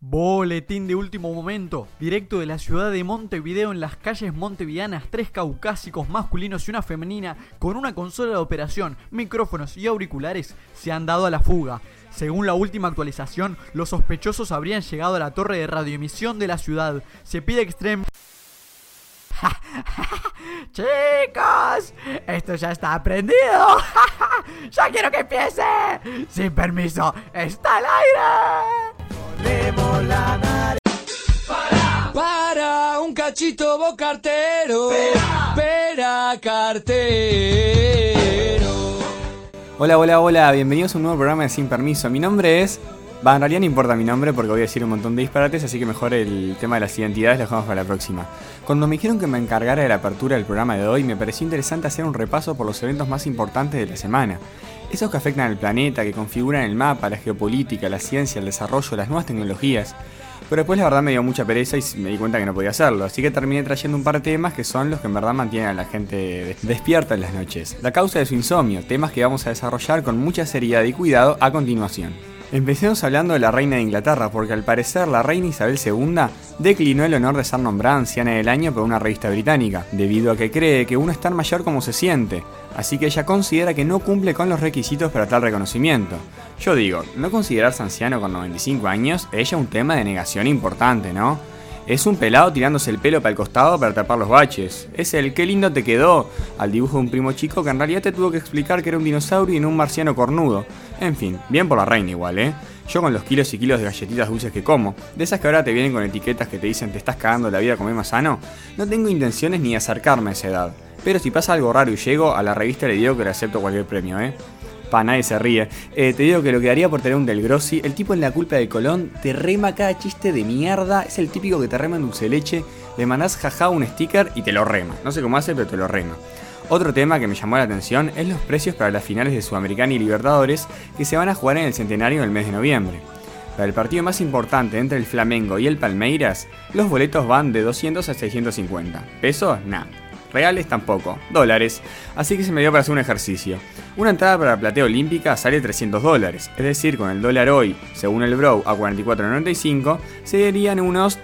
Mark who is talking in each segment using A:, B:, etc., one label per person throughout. A: Boletín de último momento, directo de la ciudad de Montevideo en las calles montevideanas, tres caucásicos masculinos y una femenina con una consola de operación, micrófonos y auriculares se han dado a la fuga. Según la última actualización, los sospechosos habrían llegado a la torre de radioemisión de la ciudad. Se pide extremo... Chicos, esto ya está aprendido. ya quiero que empiece. Sin permiso, está al aire.
B: Para un cachito vos cartero, pera cartero.
C: Hola, hola, hola, bienvenidos a un nuevo programa de Sin Permiso. Mi nombre es. Va, en realidad no importa mi nombre porque voy a decir un montón de disparates, así que mejor el tema de las identidades lo dejamos para la próxima. Cuando me dijeron que me encargara de la apertura del programa de hoy, me pareció interesante hacer un repaso por los eventos más importantes de la semana. Esos que afectan al planeta, que configuran el mapa, la geopolítica, la ciencia, el desarrollo, las nuevas tecnologías. Pero después la verdad me dio mucha pereza y me di cuenta que no podía hacerlo, así que terminé trayendo un par de temas que son los que en verdad mantienen a la gente des- despierta en las noches. La causa de su insomnio, temas que vamos a desarrollar con mucha seriedad y cuidado a continuación. Empecemos hablando de la reina de Inglaterra, porque al parecer la reina Isabel II declinó el honor de ser nombrada anciana del año por una revista británica, debido a que cree que uno es tan mayor como se siente, así que ella considera que no cumple con los requisitos para tal reconocimiento. Yo digo, no considerarse anciano con 95 años es ya un tema de negación importante, ¿no? Es un pelado tirándose el pelo para el costado para tapar los baches. Es el qué lindo te quedó al dibujo de un primo chico que en realidad te tuvo que explicar que era un dinosaurio y no un marciano cornudo. En fin, bien por la reina igual, ¿eh? Yo con los kilos y kilos de galletitas dulces que como, de esas que ahora te vienen con etiquetas que te dicen te estás cagando la vida comer más sano, no tengo intenciones ni de acercarme a esa edad. Pero si pasa algo raro y llego, a la revista le digo que le acepto cualquier premio, ¿eh? Pa, nadie se ríe. Eh, te digo que lo que haría por tener un Del Grossi, el tipo en la culpa del Colón, te rema cada chiste de mierda, es el típico que te rema en dulce de leche, le mandás jaja un sticker y te lo rema. No sé cómo hace, pero te lo rema. Otro tema que me llamó la atención es los precios para las finales de Sudamericana y Libertadores que se van a jugar en el centenario del mes de noviembre. Para el partido más importante entre el Flamengo y el Palmeiras, los boletos van de 200 a 650. ¿Pesos? Nah. Reales tampoco. Dólares. Así que se me dio para hacer un ejercicio. Una entrada para la platea olímpica sale 300 dólares. Es decir, con el dólar hoy, según el Bro, a 44.95, serían unos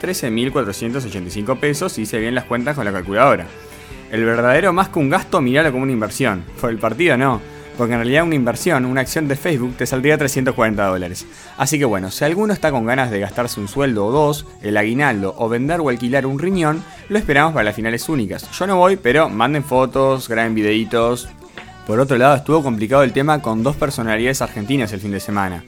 C: 13.485 pesos si se bien las cuentas con la calculadora. El verdadero más que un gasto, miralo como una inversión. Por el partido no. Porque en realidad una inversión, una acción de Facebook, te saldría 340 dólares. Así que bueno, si alguno está con ganas de gastarse un sueldo o dos, el aguinaldo, o vender o alquilar un riñón, lo esperamos para las finales únicas. Yo no voy, pero manden fotos, graben videitos. Por otro lado, estuvo complicado el tema con dos personalidades argentinas el fin de semana.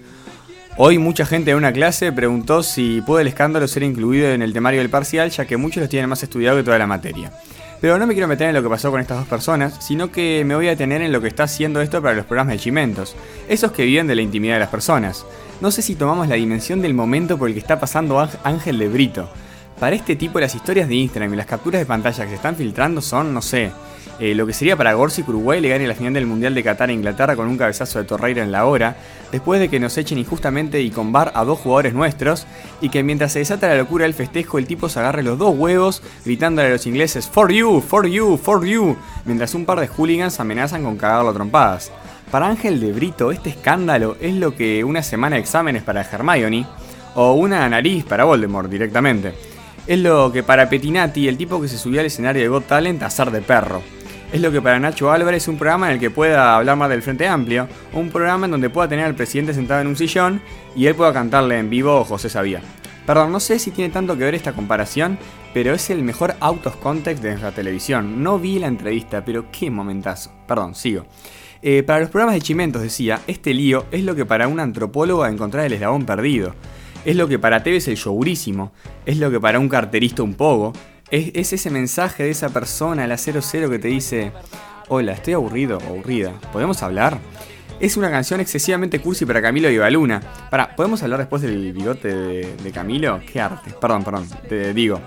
C: Hoy mucha gente de una clase preguntó si puede el escándalo ser incluido en el temario del parcial, ya que muchos los tienen más estudiado que toda la materia. Pero no me quiero meter en lo que pasó con estas dos personas, sino que me voy a detener en lo que está haciendo esto para los programas de Chimentos, esos que viven de la intimidad de las personas. No sé si tomamos la dimensión del momento por el que está pasando Áng- Ángel de Brito. Para este tipo las historias de Instagram y las capturas de pantalla que se están filtrando son, no sé, eh, lo que sería para Gorsi que Uruguay le gane la final del Mundial de Qatar a Inglaterra con un cabezazo de Torreira en la hora, después de que nos echen injustamente y con bar a dos jugadores nuestros, y que mientras se desata la locura del festejo, el tipo se agarre los dos huevos, gritándole a los ingleses For you, for you, for you, mientras un par de hooligans amenazan con cagarlo a trompadas. Para Ángel de Brito, este escándalo es lo que una semana de exámenes para Hermione, o una nariz para Voldemort directamente. Es lo que para Petinati, el tipo que se subió al escenario de Got Talent, azar de perro. Es lo que para Nacho Álvarez es un programa en el que pueda hablar más del Frente Amplio, un programa en donde pueda tener al presidente sentado en un sillón y él pueda cantarle en vivo José Sabía. Perdón, no sé si tiene tanto que ver esta comparación, pero es el mejor out of context de nuestra televisión. No vi la entrevista, pero qué momentazo. Perdón, sigo. Eh, para los programas de Chimentos decía, este lío es lo que para un antropólogo encontrar el eslabón perdido. Es lo que para Tevez es el yogurísimo, es lo que para un carterista un poco. Es, es ese mensaje de esa persona, la 00, que te dice, hola, estoy aburrido o aburrida, ¿podemos hablar? Es una canción excesivamente cursi para Camilo Vivaluna. Para, ¿podemos hablar después del bigote de, de Camilo? Qué arte. Perdón, perdón, te digo.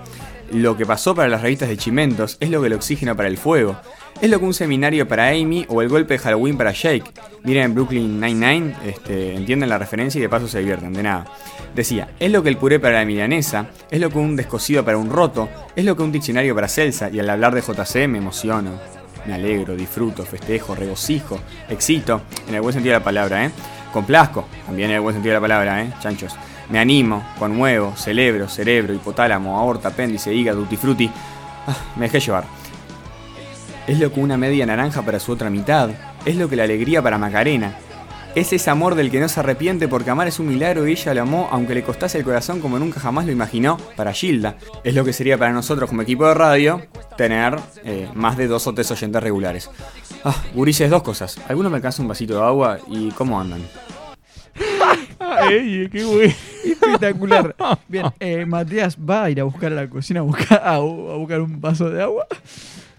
C: Lo que pasó para las revistas de Chimentos es lo que el oxígeno para el fuego. Es lo que un seminario para Amy o el golpe de Halloween para Jake. Miren Brooklyn Nine-Nine, este, entienden la referencia y de paso se divierten, de nada. Decía, es lo que el puré para la milanesa, es lo que un descosido para un roto, es lo que un diccionario para Celsa, y al hablar de JC me emociono. Me alegro, disfruto, festejo, regocijo, excito, en el buen sentido de la palabra, ¿eh? Complazco, también en el buen sentido de la palabra, ¿eh? Chanchos. Me animo, conmuevo, celebro, cerebro, hipotálamo, aorta, apéndice, hígado, tutti frutti. Ah, me dejé llevar. Es lo que una media naranja para su otra mitad. Es lo que la alegría para Macarena. Es ese amor del que no se arrepiente porque amar es un milagro y ella lo amó aunque le costase el corazón como nunca jamás lo imaginó para Gilda. Es lo que sería para nosotros como equipo de radio tener eh, más de dos o tres oyentes regulares. Ah, gurises, dos cosas. ¿Alguno me alcanza un vasito de agua y cómo andan?
D: Ey, qué bueno.
E: Espectacular. Bien, eh, Matías va a ir a buscar a la cocina a buscar, a, bu- a buscar un vaso de agua.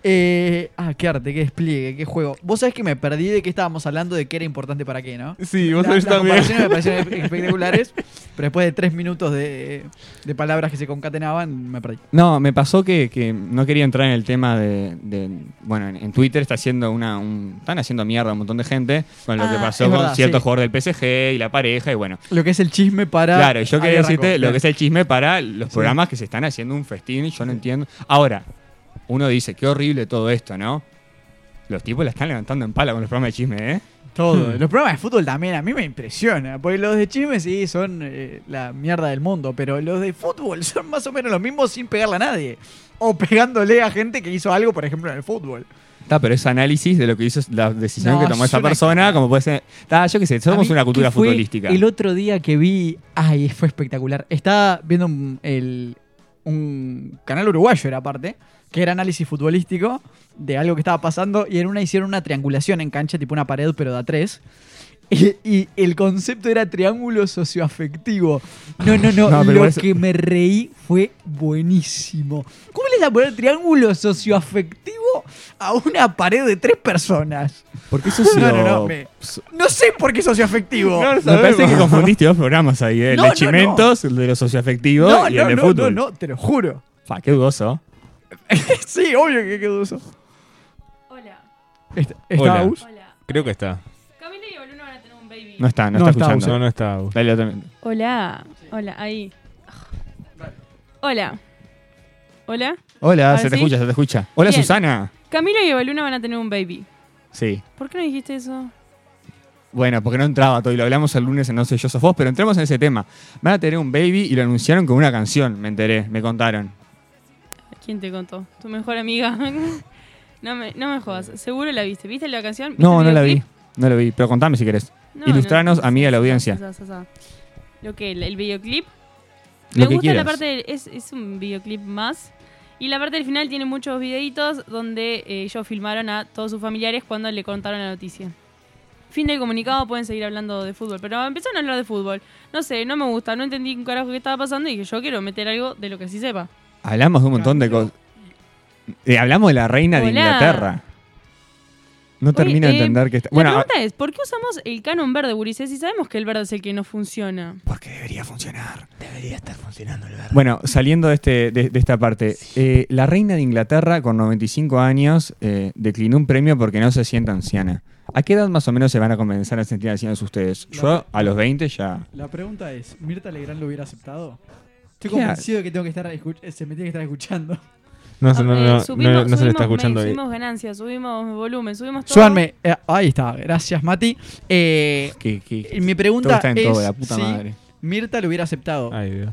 E: Eh, ah, qué arte, qué despliegue, qué juego. Vos sabés que me perdí de qué estábamos hablando, de qué era importante para qué, ¿no?
D: Sí, vos
E: La-
D: sabés
E: las
D: también.
E: comparaciones me parecieron espectaculares, pero después de tres minutos de, de palabras que se concatenaban, me perdí.
D: No, me pasó que, que no quería entrar en el tema de. de- bueno, en, en Twitter está haciendo una, un- están haciendo mierda un montón de gente con lo
E: Ah,
D: que pasó
E: es
D: con
E: verdad,
D: cierto
E: sí.
D: jugador del PSG y la pareja y bueno.
E: Lo que es el chisme para.
D: Claro, yo quería
E: Ahí arrancó.
D: decirte lo que es
E: Bien.
D: el chisme para los programas que se están haciendo un festín, yo no entiendo. Ahora, uno dice, qué horrible todo esto, ¿no? Los tipos la están levantando en pala con los programas de chisme, ¿eh?
E: Todo. Los programas de fútbol también a mí me impresiona. Porque los de chisme sí son eh, la mierda del mundo. Pero los de fútbol son más o menos los mismos sin pegarle a nadie. O pegándole a gente que hizo algo, por ejemplo, en el fútbol.
D: Está, pero es análisis de lo que hizo, la decisión
E: No,
D: que tomó
E: es
D: esa
E: una
D: persona,
E: cagada.
D: como puede ser... Está, yo qué sé,
E: A
D: somos
E: mí,
D: una
E: ¿qué
D: cultura
E: fue
D: futbolística.
E: El otro día que vi. Ay, fue espectacular. Estaba viendo un, el- un canal uruguayo, era aparte. Que era análisis futbolístico de algo que estaba pasando. Y en una hicieron una triangulación en cancha, tipo una pared, pero de a tres. Y, y el concepto era triángulo socioafectivo. No, no, no.
D: No, pero
E: lo
D: igual es-
E: que me reí fue buenísimo. ¿Cómo les da a poner triángulo socioafectivo a una pared de tres personas?
D: ¿Por qué eso sí
E: No,
D: Pues lo- pues
E: no, no, me- No sé por qué socioafectivo.
D: Me parece que confundiste dos programas ahí, ¿eh? el
E: No,
D: de
E: no,
D: Chimentos, el de los socioafectivos
E: no,
D: y
E: no,
D: el de
E: no,
D: fútbol.
E: no, no, te lo juro.
D: Fa, qué dudoso.
E: sí, obvio que quedó eso.
F: Hola,
E: Está, está
G: Hola.
E: Agus.
F: hola.
G: Creo que está.
F: Camila y Boluno van a tener un baby.
D: No está, no,
E: No
D: está,
E: está,
D: escuchando.
G: No, no está. Agus.
D: Dale, otro-
F: Hola, hola, ahí. Hola. Hola.
D: Hola,
F: Ah,
D: se te
F: ¿sí?
D: escucha, se te escucha. Hola,
F: Bien.
D: Susana.
F: Camila y Boluno van a tener un baby.
D: Sí.
F: ¿Por qué no dijiste eso?
D: Bueno, porque no entraba todo y lo hablamos el lunes en No sé yo sos vos, pero entremos en ese tema. Van a tener un baby y lo anunciaron con una canción, me enteré, me contaron.
F: ¿Quién te contó? ¿Tu mejor amiga? no, me, no me jodas. Seguro la viste. ¿Viste la canción? ¿Viste
D: No,
F: el
D: no la vi,
F: videoclip?
D: no la vi, pero contame si querés.
F: No,
D: Ilustranos,
F: no.
D: amiga de la audiencia.
F: Sa, sa, sa. Lo que, el, el videoclip.
D: Lo
F: Me
D: que
F: gusta
D: quieras.
F: la parte del- es, es un videoclip más. Y la parte del final tiene muchos videitos donde eh, ellos filmaron a todos sus familiares cuando le contaron la noticia. Fin del comunicado, pueden seguir hablando de fútbol. Pero empezaron a hablar de fútbol. No sé, no me gusta, no entendí un carajo qué estaba pasando y dije, yo quiero meter algo de lo que sí sepa.
D: Hablamos de un montón de cosas. Eh, hablamos de la reina de
F: Hola.
D: Inglaterra. No
F: Oye,
D: termino de
F: eh,
D: entender que está.
F: La
D: Bueno, a-
F: pregunta es, ¿por qué usamos el canon verde, Ulises, si sabemos que el verde es el que no funciona?
D: Porque debería funcionar. Debería estar funcionando el Bueno, saliendo de, este, de, de esta parte, eh, la reina de Inglaterra con 95 años eh, declinó un premio porque no se siente anciana. ¿A qué edad más o menos se van a comenzar a sentir ancianos ustedes? Yo a los 20 ya.
E: La pregunta es, ¿Mirta Legrand lo hubiera aceptado? Estoy
D: ¿Qué
E: convencido de que tengo que estar escuch- eh, se me tiene que estar escuchando.
G: No, no, no,
F: Eh,
G: no,
F: subimos-
G: no- no se le
F: subimos
G: está escuchando
F: mail,
G: ahí.
F: Subimos ganancias, subimos volumen, subimos todo.
E: Súbanme. Eh, ahí está, gracias Mati. Eh,
D: ¿Qué, qué?
E: mi
D: Todo
E: pregunta
D: está en
E: es
D: todo, la puta
E: si
D: madre. Ah,
E: Mirta lo hubiera aceptado.
G: Ay, Dios.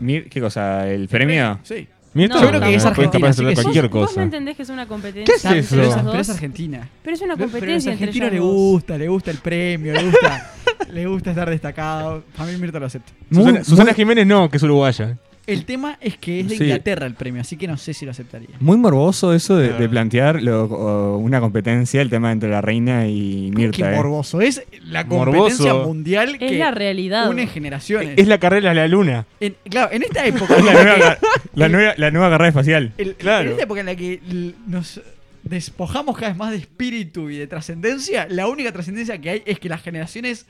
D: Mir- ¿Qué cosa? ¿El premio?
E: Sí.
G: Mirta,
F: Yo creo que es
G: puede estar
E: argentina,
G: para
E: así
G: hacer
E: que
F: Vos-
G: cualquier
F: vos no
G: cosa.
F: entendés que es una competencia.
G: ¿Qué es
F: entre
G: eso?
E: Pero,
F: ellas
E: es-
F: dos?
E: pero es argentina.
F: Pero es una
E: Pero a los
F: competencia entre
E: argentinos
F: ellas
E: le
F: dos.
E: gusta, le gusta el premio, le gusta, le gusta estar destacado. A mí Mirta lo acepta.
G: Susana,
D: Muy-
G: Susana Jiménez no, que es uruguaya.
E: El tema es que es de
D: Sí.
E: Inglaterra el premio, así que no sé si lo aceptaría.
D: Muy morboso eso de, de
G: Ah.
D: plantear lo- o una competencia, el tema entre la reina y
E: Qué
D: Mirta. eh.
E: morboso. Es la competencia
G: Morboso.
E: mundial
F: Es la
E: que
F: realidad.
E: une generaciones.
G: Es la carrera de la luna.
E: En- claro, en esta época.
D: La nueva, la nueva- la nueva carrera espacial.
E: el- En
G: claro.
E: esta época en la que l- nos despojamos cada vez más de espíritu y de trascendencia, la única trascendencia que hay es que las generaciones,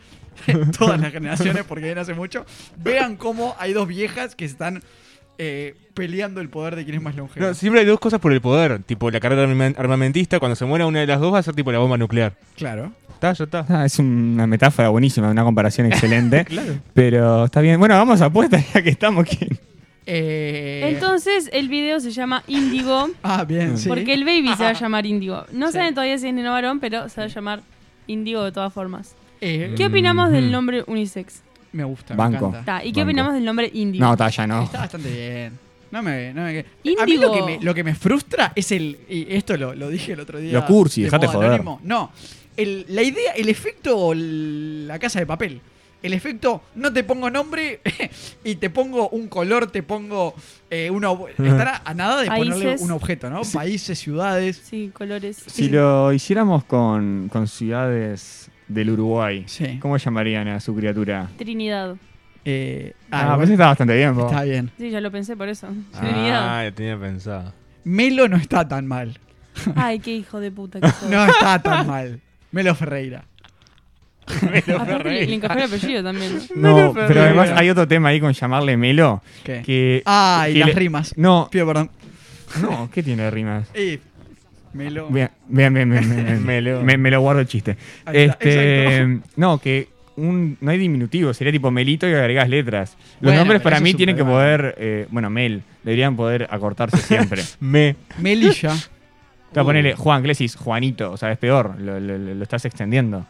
E: todas las generaciones, porque viene hace mucho, vean cómo hay dos viejas que están eh, peleando el poder de quién es más longevo.
G: No, siempre hay dos cosas por el poder. Tipo, la carrera arma- armamentista, cuando se muera una de las dos va a ser tipo la bomba nuclear.
E: Claro.
G: Está, ya está.
D: Ah, es una metáfora buenísima, una comparación excelente. Pero está bien. Bueno, vamos a apuestas ya que estamos. aquí.
E: Eh,
F: Entonces el video se llama Índigo,
E: ah, bien, sí.
F: porque el baby se va a
E: Ajá.
F: llamar Índigo. No
E: Sí.
F: saben todavía si es neno o varón, pero se va a llamar Índigo de todas formas.
E: Eh,
F: ¿Qué opinamos del nombre unisex?
E: Me gusta, me
D: Banco.
E: encanta.
F: Ta, ¿Y qué
D: Banco.
F: opinamos del nombre Índigo?
D: No, talla, no.
E: Está bastante bien. No me, no me- A mí
F: Índigo.
E: lo que me, lo que me frustra es el. Y esto lo, lo dije el otro día.
D: Lo cursi,
E: de
D: dejate
E: Modo
D: joder.
E: Anónimo. No. El- la idea, el efecto, o el- la casa de papel. El efecto, no te pongo nombre y te pongo un color, te pongo eh, una.
D: Mm.
E: Estará a nada de ponerle
F: Países.
E: un objeto, ¿no? Países, ciudades.
F: Sí, colores.
D: Si lo hiciéramos con, con ciudades del Uruguay,
E: Sí.
D: ¿cómo llamarían a su criatura?
F: Trinidad.
E: Eh,
D: Ah,
E: ah,
D: pues está bastante bien, po.
E: está bien.
F: Sí, ya lo pensé por eso. Trinidad.
G: Ah, lo tenía pensado.
E: Melo no está tan mal.
F: Ay, qué hijo de puta que sos.
E: No está tan mal. Melo Ferreira.
F: Aparte, le, le encajó el apellido también. ¿no?
D: No, pero
E: Ferreira.
D: además hay otro tema ahí con llamarle Melo.
E: ¿Qué?
D: Que,
E: Ah, y
D: que
E: las
D: le-
E: rimas.
D: No,
E: Pido perdón.
D: no, ¿qué tiene de rimas?
E: Eh, Melo.
D: Bien, bien, bien, bien, bien, bien.
G: Me lo-
D: Me, me lo guardo el chiste.
E: Ahí está,
D: Este, no, que un, no hay diminutivo, sería tipo Melito y agregás letras. Los
E: Bueno,
D: nombres
E: pero
D: para
E: eso
D: mí
E: es un
D: tienen que
E: problema.
D: poder, eh, bueno, Mel, deberían poder acortarse siempre.
G: Me.
E: Melilla.
D: Claro, ponele Juan, ¿qué le decís? Juanito, o sea, es peor, lo, lo- lo- lo estás extendiendo.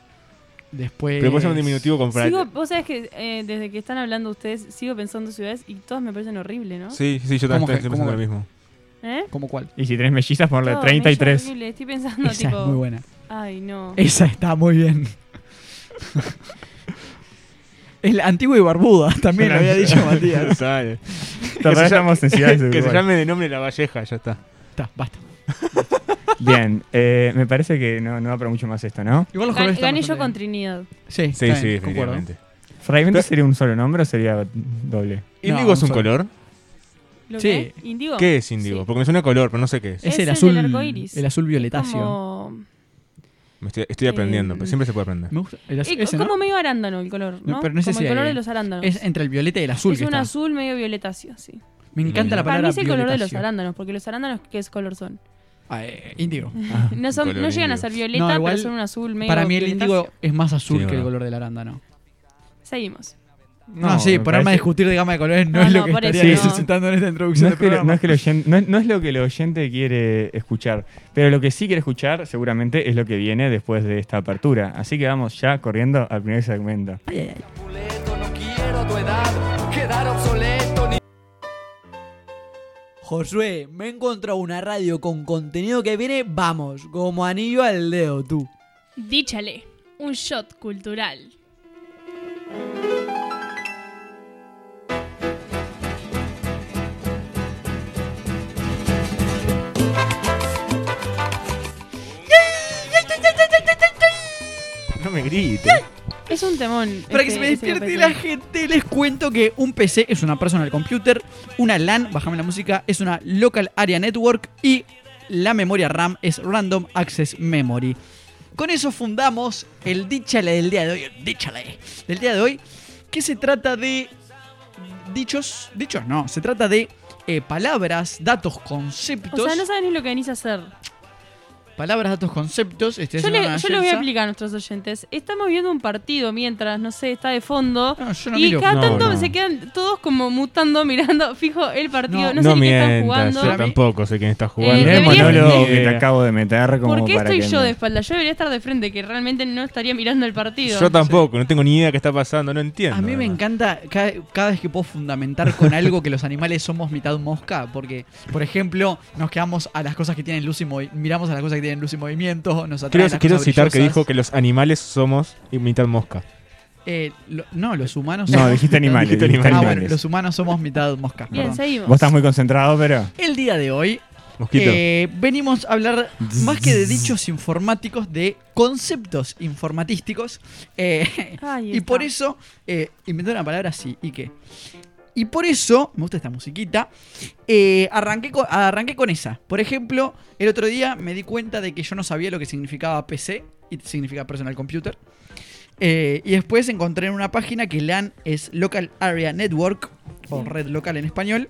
E: Después.
G: Pero puede ser un diminutivo con fra-
F: Eh, Sigo, vos sabés que eh, desde que están hablando ustedes, sigo pensando ciudades y todas me parecen horribles, ¿no?
G: Sí, sí, yo
E: ¿Cómo
G: también
E: que-
G: estoy estoy
E: cómo
G: pensando lo mismo.
F: ¿Eh?
E: ¿Cómo cuál?
D: Y si tenés mellizas, ponle
F: Todo,
D: 33.
F: me parece horrible. Estoy pensando,
E: Esa
F: tipo.
E: es muy buena.
F: Ay, no.
E: Esa está muy bien. Es la antigua y barbuda, también lo había dicho Matías.
G: Sale.
D: Todavía estamos en ciudades de
G: que se
D: Uruguay.
G: llame de nombre La Valleja, ya está.
E: Está, basta.
D: Bien, eh, me parece que no, no va para mucho más esto, ¿no?
E: Igual los
F: Gan-
E: colores están
F: gané yo con
E: bastante
F: Trinidad.
E: bien. Sí,
G: Sí, sí, definitivamente.
D: ¿Fragmento sería un solo nombre o sería doble?
E: No,
G: ¿Índigo es un
E: un solo.
G: color?
F: ¿Lo
E: Sí.
F: que es? ¿Índigo?
G: ¿Qué es índigo?
F: Sí.
G: Porque me suena a color, pero no sé qué es.
E: Es,
F: Es
E: el,
F: el
E: azul.
F: del arco iris.
E: El azul violetáceo.
F: Como...
G: Me estoy, estoy aprendiendo,
F: Eh,
G: pero siempre se puede aprender.
E: Me gusta. El azul,
F: eh,
E: ese, ¿no?
F: como medio arándano el color,
E: No,
F: ¿no?
E: pero no es
F: como
E: ese,
F: el color
E: eh,
F: de los arándanos.
E: Es entre el violeta y el azul
F: Es
E: que
F: un
E: está.
F: azul medio violetáceo, sí.
E: Me encanta la
F: Para mí
E: palabra
F: es el color de los
E: violetáceo.
F: arándanos, porque los arándanos, ¿qué es color son?
E: Ah, eh, índigo.
F: No, son,
G: color
F: no llegan
G: índigo.
F: a ser violeta,
E: No, igual,
F: pero son un azul medio
E: Para mí el índigo
F: violetáceo.
E: es más azul
G: Sí,
E: que el
G: verdad.
E: color del arándano.
F: Seguimos.
E: No, sí,
D: me
E: ponerme a
D: parece-
E: discutir de gama de colores no,
F: No,
E: es lo
F: no,
E: que
F: por
E: estaría
D: eso no.
E: necesitando en esta
D: No
E: introducción
D: es,
E: del
D: que lo, no,
E: programa.
D: es que el oyen- no es- no es lo que el oyente quiere escuchar, pero lo que sí quiere escuchar seguramente es lo que viene después de esta apertura. Así que vamos ya corriendo al primer segmento.
B: No quiero tu edad, quedar obsoleto ni.
H: Josué, me he encontrado una radio con contenido que viene, vamos, como anillo al dedo, tú.
I: Díchale, un shot cultural.
G: No me grite.
F: Es un temón.
E: Para que
F: este-
E: se me
F: este
E: despierte
F: PC.
E: la gente, les cuento que un PC es una personal computer, una LAN, bajame la música, es una local area network y la memoria RAM es Random Access Memory. Con eso fundamos el Díchale del día de hoy, el Díchale del día de hoy, que se trata de dichos, dichos no, se trata de eh, palabras, datos,
F: O
E: conceptos,
F: sea, no saben ni lo que venís a hacer.
E: palabras, datos, conceptos. Este,
F: Yo,
E: es
F: le,
E: una
F: yo les voy
E: salsa.
F: a explicar a nuestros oyentes. Estamos viendo un partido mientras, no sé, está de fondo.
E: No, yo no
F: y
E: miro.
F: cada
G: No,
F: tanto
G: no.
F: se quedan todos como mutando, mirando fijo el partido. No,
G: No,
F: sé ni qué están
G: mientas,
F: jugando.
G: yo tampoco sé quién está
F: Eh,
G: jugando.
D: Mirá el
F: deberías-
D: monólogo que te
G: Mira.
D: acabo de meter como
F: ¿Por qué
D: para
F: estoy
D: que
F: yo
D: me-
F: de espalda? Yo debería estar de frente, que realmente no estaría mirando el partido.
G: Yo tampoco, no tengo ni idea qué está pasando, no entiendo.
E: A mí me
G: además.
E: encanta cada, cada vez que puedo fundamentar con algo que los animales somos mitad mosca, porque, por ejemplo, nos quedamos a las cosas que tienen luz y movi- miramos a las cosas que tienen luz y movimiento, nos atraen
G: Quiero,
E: las
G: quiero
E: cosas
G: citar que dijo
E: brillosas.
G: que los animales somos y mitad mosca.
E: Eh, lo- no, los humanos
D: No,
E: somos
D: dijiste
E: mitad-
D: animales.
G: Dijiste
D: dijiste
E: Ah, bueno,
D: animales.
E: los humanos somos mitad mosca.
F: Bien,
E: perdón.
F: seguimos.
D: Vos estás muy concentrado, pero...
E: El día de hoy
G: Mosquito.
E: eh, venimos a hablar más que de dichos informáticos, de conceptos informatísticos. Eh,
F: Ahí
E: Y
F: está.
E: por eso, eh, inventé una palabra así, ¿y qué? Y por eso, me gusta esta musiquita, eh, arranqué, con, arranqué con esa. Por ejemplo, el otro día me di cuenta de que yo no sabía lo que significaba PC, y significa Personal Computer. Eh, y después encontré en una página que LAN es Local Area Network, o red local en español,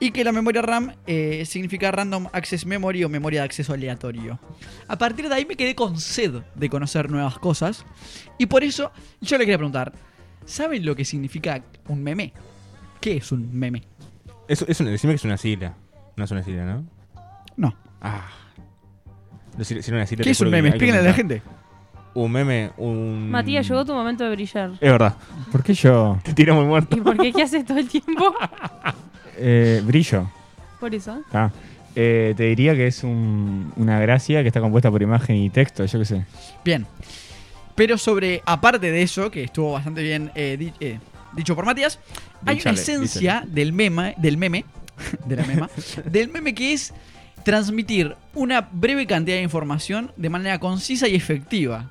E: y que la memoria RAM eh, significa Random Access Memory o memoria de acceso aleatorio. A partir de ahí me quedé con sed de conocer nuevas cosas, y por eso yo le quería preguntar, ¿saben lo que significa un meme? ¿Qué es un meme?
G: Es, es una, decime que es una sigla. No es una sigla, ¿no?
E: No.
G: Ah. Decir- decir una sigla,
E: ¿Qué
G: te
E: es un
G: juro que
E: meme?
G: hay que
E: Explíquenle a la
G: inventar.
E: gente.
G: un meme, un...
F: Matías, llegó tu momento de brillar.
G: Es verdad,
D: ¿Por qué yo?
G: te tira muy muerto.
F: ¿Y por qué qué haces todo el tiempo?
D: Eh, brillo.
F: Por eso.
D: Ah. Eh, te diría que es un- una gracia que está compuesta por imagen y texto, yo qué sé.
E: Bien. Pero sobre, aparte de eso, que estuvo bastante bien eh, di- eh, dicho por Matías, hay
G: Díchale,
E: una esencia del meme, del meme, de la mema, del meme que es transmitir una breve cantidad de información de manera concisa y efectiva.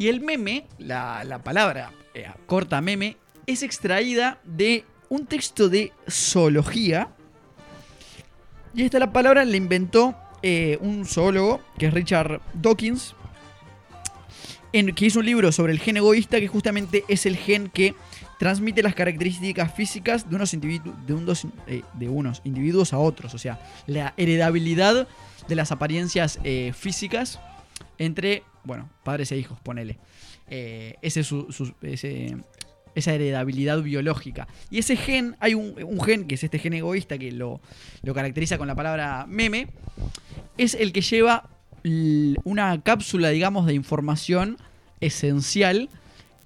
E: Y el meme, la, la palabra eh, corta meme, es extraída de un texto de zoología. Y esta la palabra la inventó eh, un zoólogo, que es Richard Dawkins, en, que hizo un libro sobre el gen egoísta, que justamente es el gen que transmite las características físicas de unos, individu- de unos, eh, de unos individuos a otros. O sea, la heredabilidad de las apariencias eh, físicas entre, bueno, padres e hijos, ponele. Eh, ese es su- su- ese- esa heredabilidad biológica. Y ese gen, hay un, un gen que es este gen egoísta que lo, lo caracteriza con la palabra meme, es el que lleva l- una cápsula, digamos, de información esencial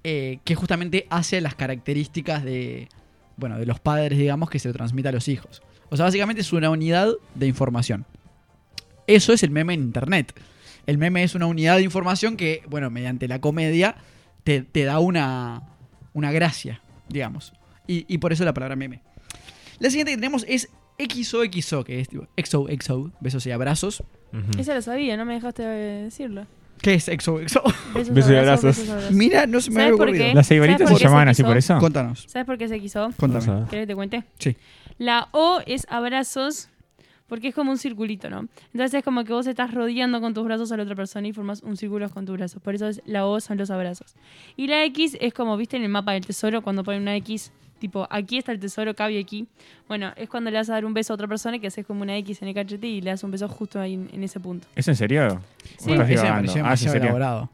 E: eh, que justamente hace las características de, bueno, de los padres, digamos, que se lo transmite a los hijos. O sea, básicamente es una unidad de información. Eso es el meme en internet. El meme es una unidad de información que, bueno, mediante la comedia te, te da una, una gracia, digamos. Y, y por eso la palabra meme. La siguiente que tenemos es XOXO, que es tipo XOXO, besos y abrazos.
F: Esa lo sabía, no me dejaste eh, decirlo.
E: ¿Qué es XOXO?
F: Besos,
G: Besos y abrazos.
F: besos, abrazos.
E: Mira, no se me había
F: ¿Sabes por
E: ocurrido.
F: qué?
D: ¿Las ceibaritas
F: ¿Sabes
D: se llamaban
F: se
D: así por
F: quiso?
D: eso?
E: Contanos,
F: ¿Sabes por qué se quiso?
E: contame.
G: Vamos a ver.
F: ¿Querés que te cuente?
E: Sí.
F: La O es abrazos, porque es como un circulito, ¿no? Entonces es como que vos estás rodeando con tus brazos a la otra persona y formas un círculo con tus brazos. Por eso es, la O son los abrazos. Y la X es como, ¿viste en el mapa del tesoro cuando ponen una X? Tipo, aquí está el tesoro, cabe aquí. Bueno, es cuando le vas a dar un beso a otra persona que haces como una X en el cachete y le das un beso justo ahí en, en ese punto.
D: ¿Es en serio?
F: Sí.
D: ¿O estás
E: Ese me pareció
D: divagando? Ah, es en
E: demasiado
D: serio.
E: elaborado.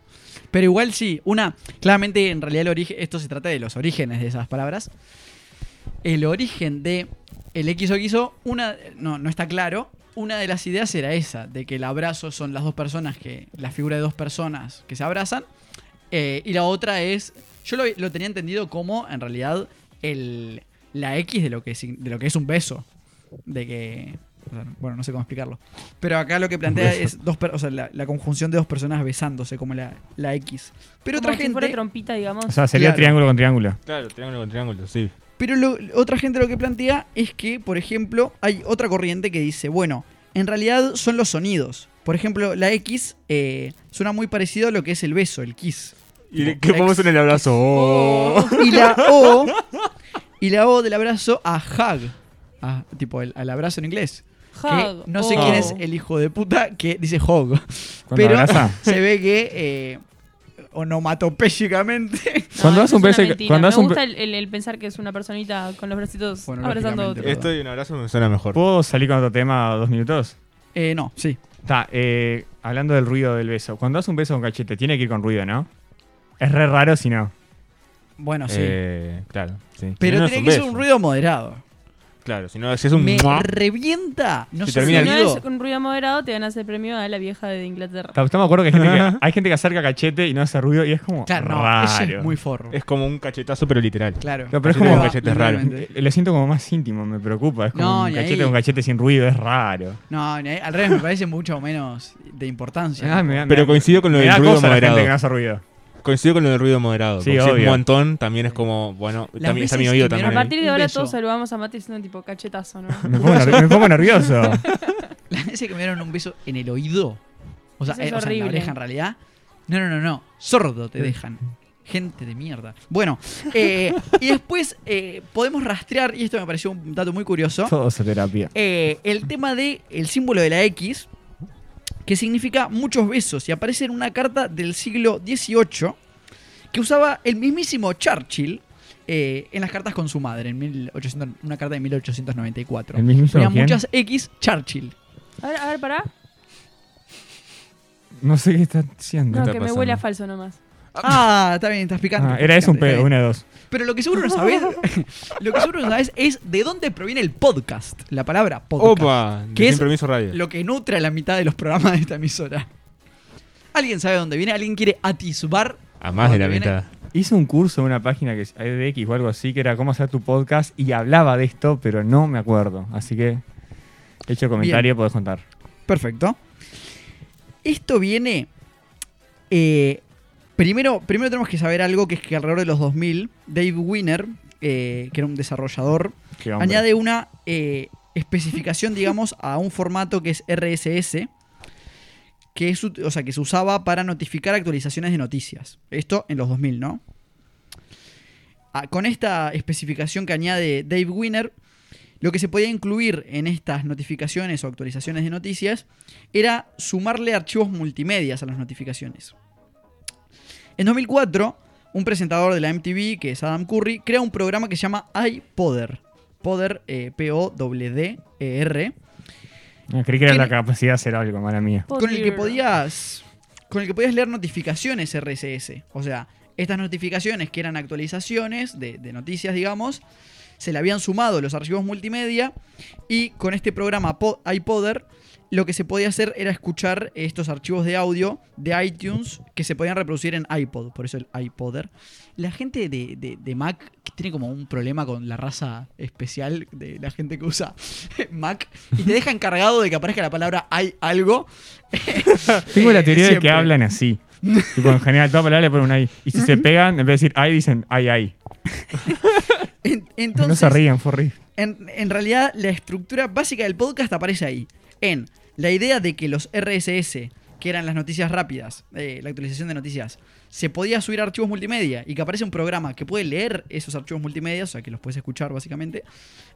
E: Pero igual sí, una. Claramente, en realidad, el origen. Esto se trata de los orígenes de esas palabras. El origen de el XOXO, una. No, no está claro. Una de las ideas era esa, de que el abrazo son las dos personas que. La figura de dos personas que se abrazan. eh, y la otra es. Yo lo, lo tenía entendido como, en realidad, el, la X de lo, que, sign- de lo que es un beso. De que. o sea, Bueno, no sé cómo explicarlo. Pero acá lo que plantea es dos per- o sea, la, la conjunción de dos personas besándose, como la, la X. Pero
F: Como
E: otra
F: si fuera
E: gente.
F: trompita, digamos.
D: O sea, sería
E: Claro.
D: triángulo con triángulo.
G: Claro, triángulo con triángulo, sí.
E: Pero lo- otra gente lo que plantea es que, por ejemplo, hay otra corriente que dice, bueno, en realidad son los sonidos. Por ejemplo, la X eh, suena muy parecido a lo que es el beso, el kiss.
G: ¿Y
E: qué
G: qué
E: podemos
G: podemos en el abrazo?
E: Y la O, y la O del abrazo a hug, a- tipo el, al abrazo en inglés.
F: Hug, Oh.
E: Que no sé
F: o-
E: quién es el hijo de puta que dice hog,
D: Cuando
E: pero
D: abraza.
E: se ve que eh, onomatopéyicamente...
F: No,
D: Cuando hace
F: eso
D: un
F: es una
D: beso y-
F: mentira.
D: cuando hace
F: Me
D: un
F: gusta el, el- el pensar que es una personita con los bracitos
E: Bueno,
F: abrazando a otro.
E: lógicamente,
G: Esto y un abrazo me suena mejor.
D: ¿Puedo salir con otro tema dos minutos?
E: Eh, no, sí.
D: Está, eh, hablando del ruido del beso. Cuando das un beso con cachete, tiene que ir con ruido, ¿no? Es re raro si no.
E: Bueno, sí.
G: Eh, claro, sí.
E: pero
G: Si no es
E: tiene que ser
G: beso.
E: un ruido moderado.
G: Claro, si no, si es un
E: me
G: mua,
E: revienta. No
G: Si
E: sé
G: termina
E: si
G: el-
F: Si
E: lo
F: no
E: digo.
F: es un ruido moderado, te van a hacer premio a la vieja de Inglaterra.
D: Está- Estamos de acuerdo que hay gente que, hay gente que acerca cachete y no hace ruido y es como.
E: Claro, no,
D: raro.
E: ese es muy forro.
G: es como un cachetazo, pero literal.
E: Claro.
D: No, pero es
G: Cachete
D: como-
G: con cachete es raro.
E: Literalmente.
D: Eh, Lo siento como más íntimo, me preocupa. Es como
E: No,
D: un
E: ni
D: cachete
E: ahí.
D: con cachete sin ruido, es raro.
E: No, ni ahí- al revés me parece mucho menos de importancia.
D: Ah, me da- me
G: Pero
D: da-
G: coincido con lo
D: me
G: del
D: da
G: ruido
D: cosa la gente
G: moderado.
D: que no hace ruido.
G: Coincido con lo del ruido moderado.
D: Sí,
G: porque si es
D: obvio.
G: un montón, también es como, bueno,
E: Las
G: también está mi
E: veces
G: oído
E: que me-
G: también.
F: A
G: ahí.
F: partir de
E: Un
F: ahora
E: beso.
F: todos saludamos a Mate diciendo tipo cachetazo, ¿no?
D: Me pongo, ner- me pongo nervioso.
E: Las veces que me dieron un beso en el oído. O sea, eh,
F: Eso es
E: o sea, en la
F: horrible.
E: oreja en realidad. No, no, no, no. Sordo
D: Eh.
E: te dejan. Gente de mierda. Bueno, eh, y después eh, podemos rastrear, y esto me pareció un dato muy curioso.
D: Todo se terapia.
E: eh, el tema de el símbolo de la X, que significa muchos besos, y aparece en una carta del siglo XVIII que usaba el mismísimo Churchill eh, en las cartas con su madre, en 1800 una carta de 1894.
D: ¿El mismísimo
E: Ponía
D: quién?
E: muchas X Churchill.
F: A ver, a ver, pará.
D: No sé qué está haciendo.
F: No, que
G: está
F: me
G: pasando?
F: huele a falso nomás.
E: Ah, está bien, estás picando.
D: Ah, era eso un pedo, una de dos.
E: Pero lo que seguro no sabes, lo que seguro no sabes es de dónde proviene el podcast, la palabra podcast.
G: Opa,
E: ¿Qué
G: de
E: es
G: Sin Permiso Radio.
E: lo que nutre a la mitad de los programas de esta emisora. ¿Alguien sabe dónde viene? ¿Alguien quiere atisbar?
G: A más de la
E: ¿Dónde viene?
G: mitad.
D: Hice un curso de una página que es ADX o algo así, que era cómo hacer tu podcast, y hablaba de esto, pero no me acuerdo. Así que, hecho comentario, podés contar.
E: Perfecto. Esto viene. eh, primero, primero tenemos que saber algo que es que alrededor de los 2000, Dave Winner, eh, que era un desarrollador,
D: Qué hombre.
E: añade una eh, especificación, digamos, a un formato que es RSS, que, es, ut- o sea, que se usaba para notificar actualizaciones de noticias. Esto en los 2000, ¿no? Ah, con esta especificación que añade Dave Winner, lo que se podía incluir en estas notificaciones o actualizaciones de noticias era sumarle archivos multimedias a las notificaciones. En 2004, un presentador de la MTV, que es Adam Curry, crea un programa que se llama iPoder. Poder, eh, P-O-D-D-E-R,
D: Ah, creí que era
E: ¿Quién-
D: la capacidad de hacer algo, mala mía.
E: con el que podías con el que podías leer notificaciones RSS. O sea, estas notificaciones que eran actualizaciones de, de noticias, digamos, se le habían sumado los archivos multimedia y con este programa Po- iPoder lo que se podía hacer era escuchar estos archivos de audio de iTunes que se podían reproducir en iPod, por eso el iPoder. La gente de, de- de Mac que tiene como un problema con la raza especial de la gente que usa Mac y te deja encargado de que aparezca la palabra hay algo.
D: Tengo la teoría de que
E: Siempre.
D: hablan así. tipo, en general, toda palabra le ponen ahí. Y si se pegan, en vez de decir ay, dicen ay, ay.
E: En- entonces,
D: no se rían, Forri.
E: En, en realidad, la estructura básica del podcast aparece ahí. En la idea de que los RSS, que eran las noticias rápidas, eh, la actualización de noticias, se podía subir a archivos multimedia y que aparece un programa que puede leer esos archivos multimedia, o sea, que los puedes escuchar básicamente,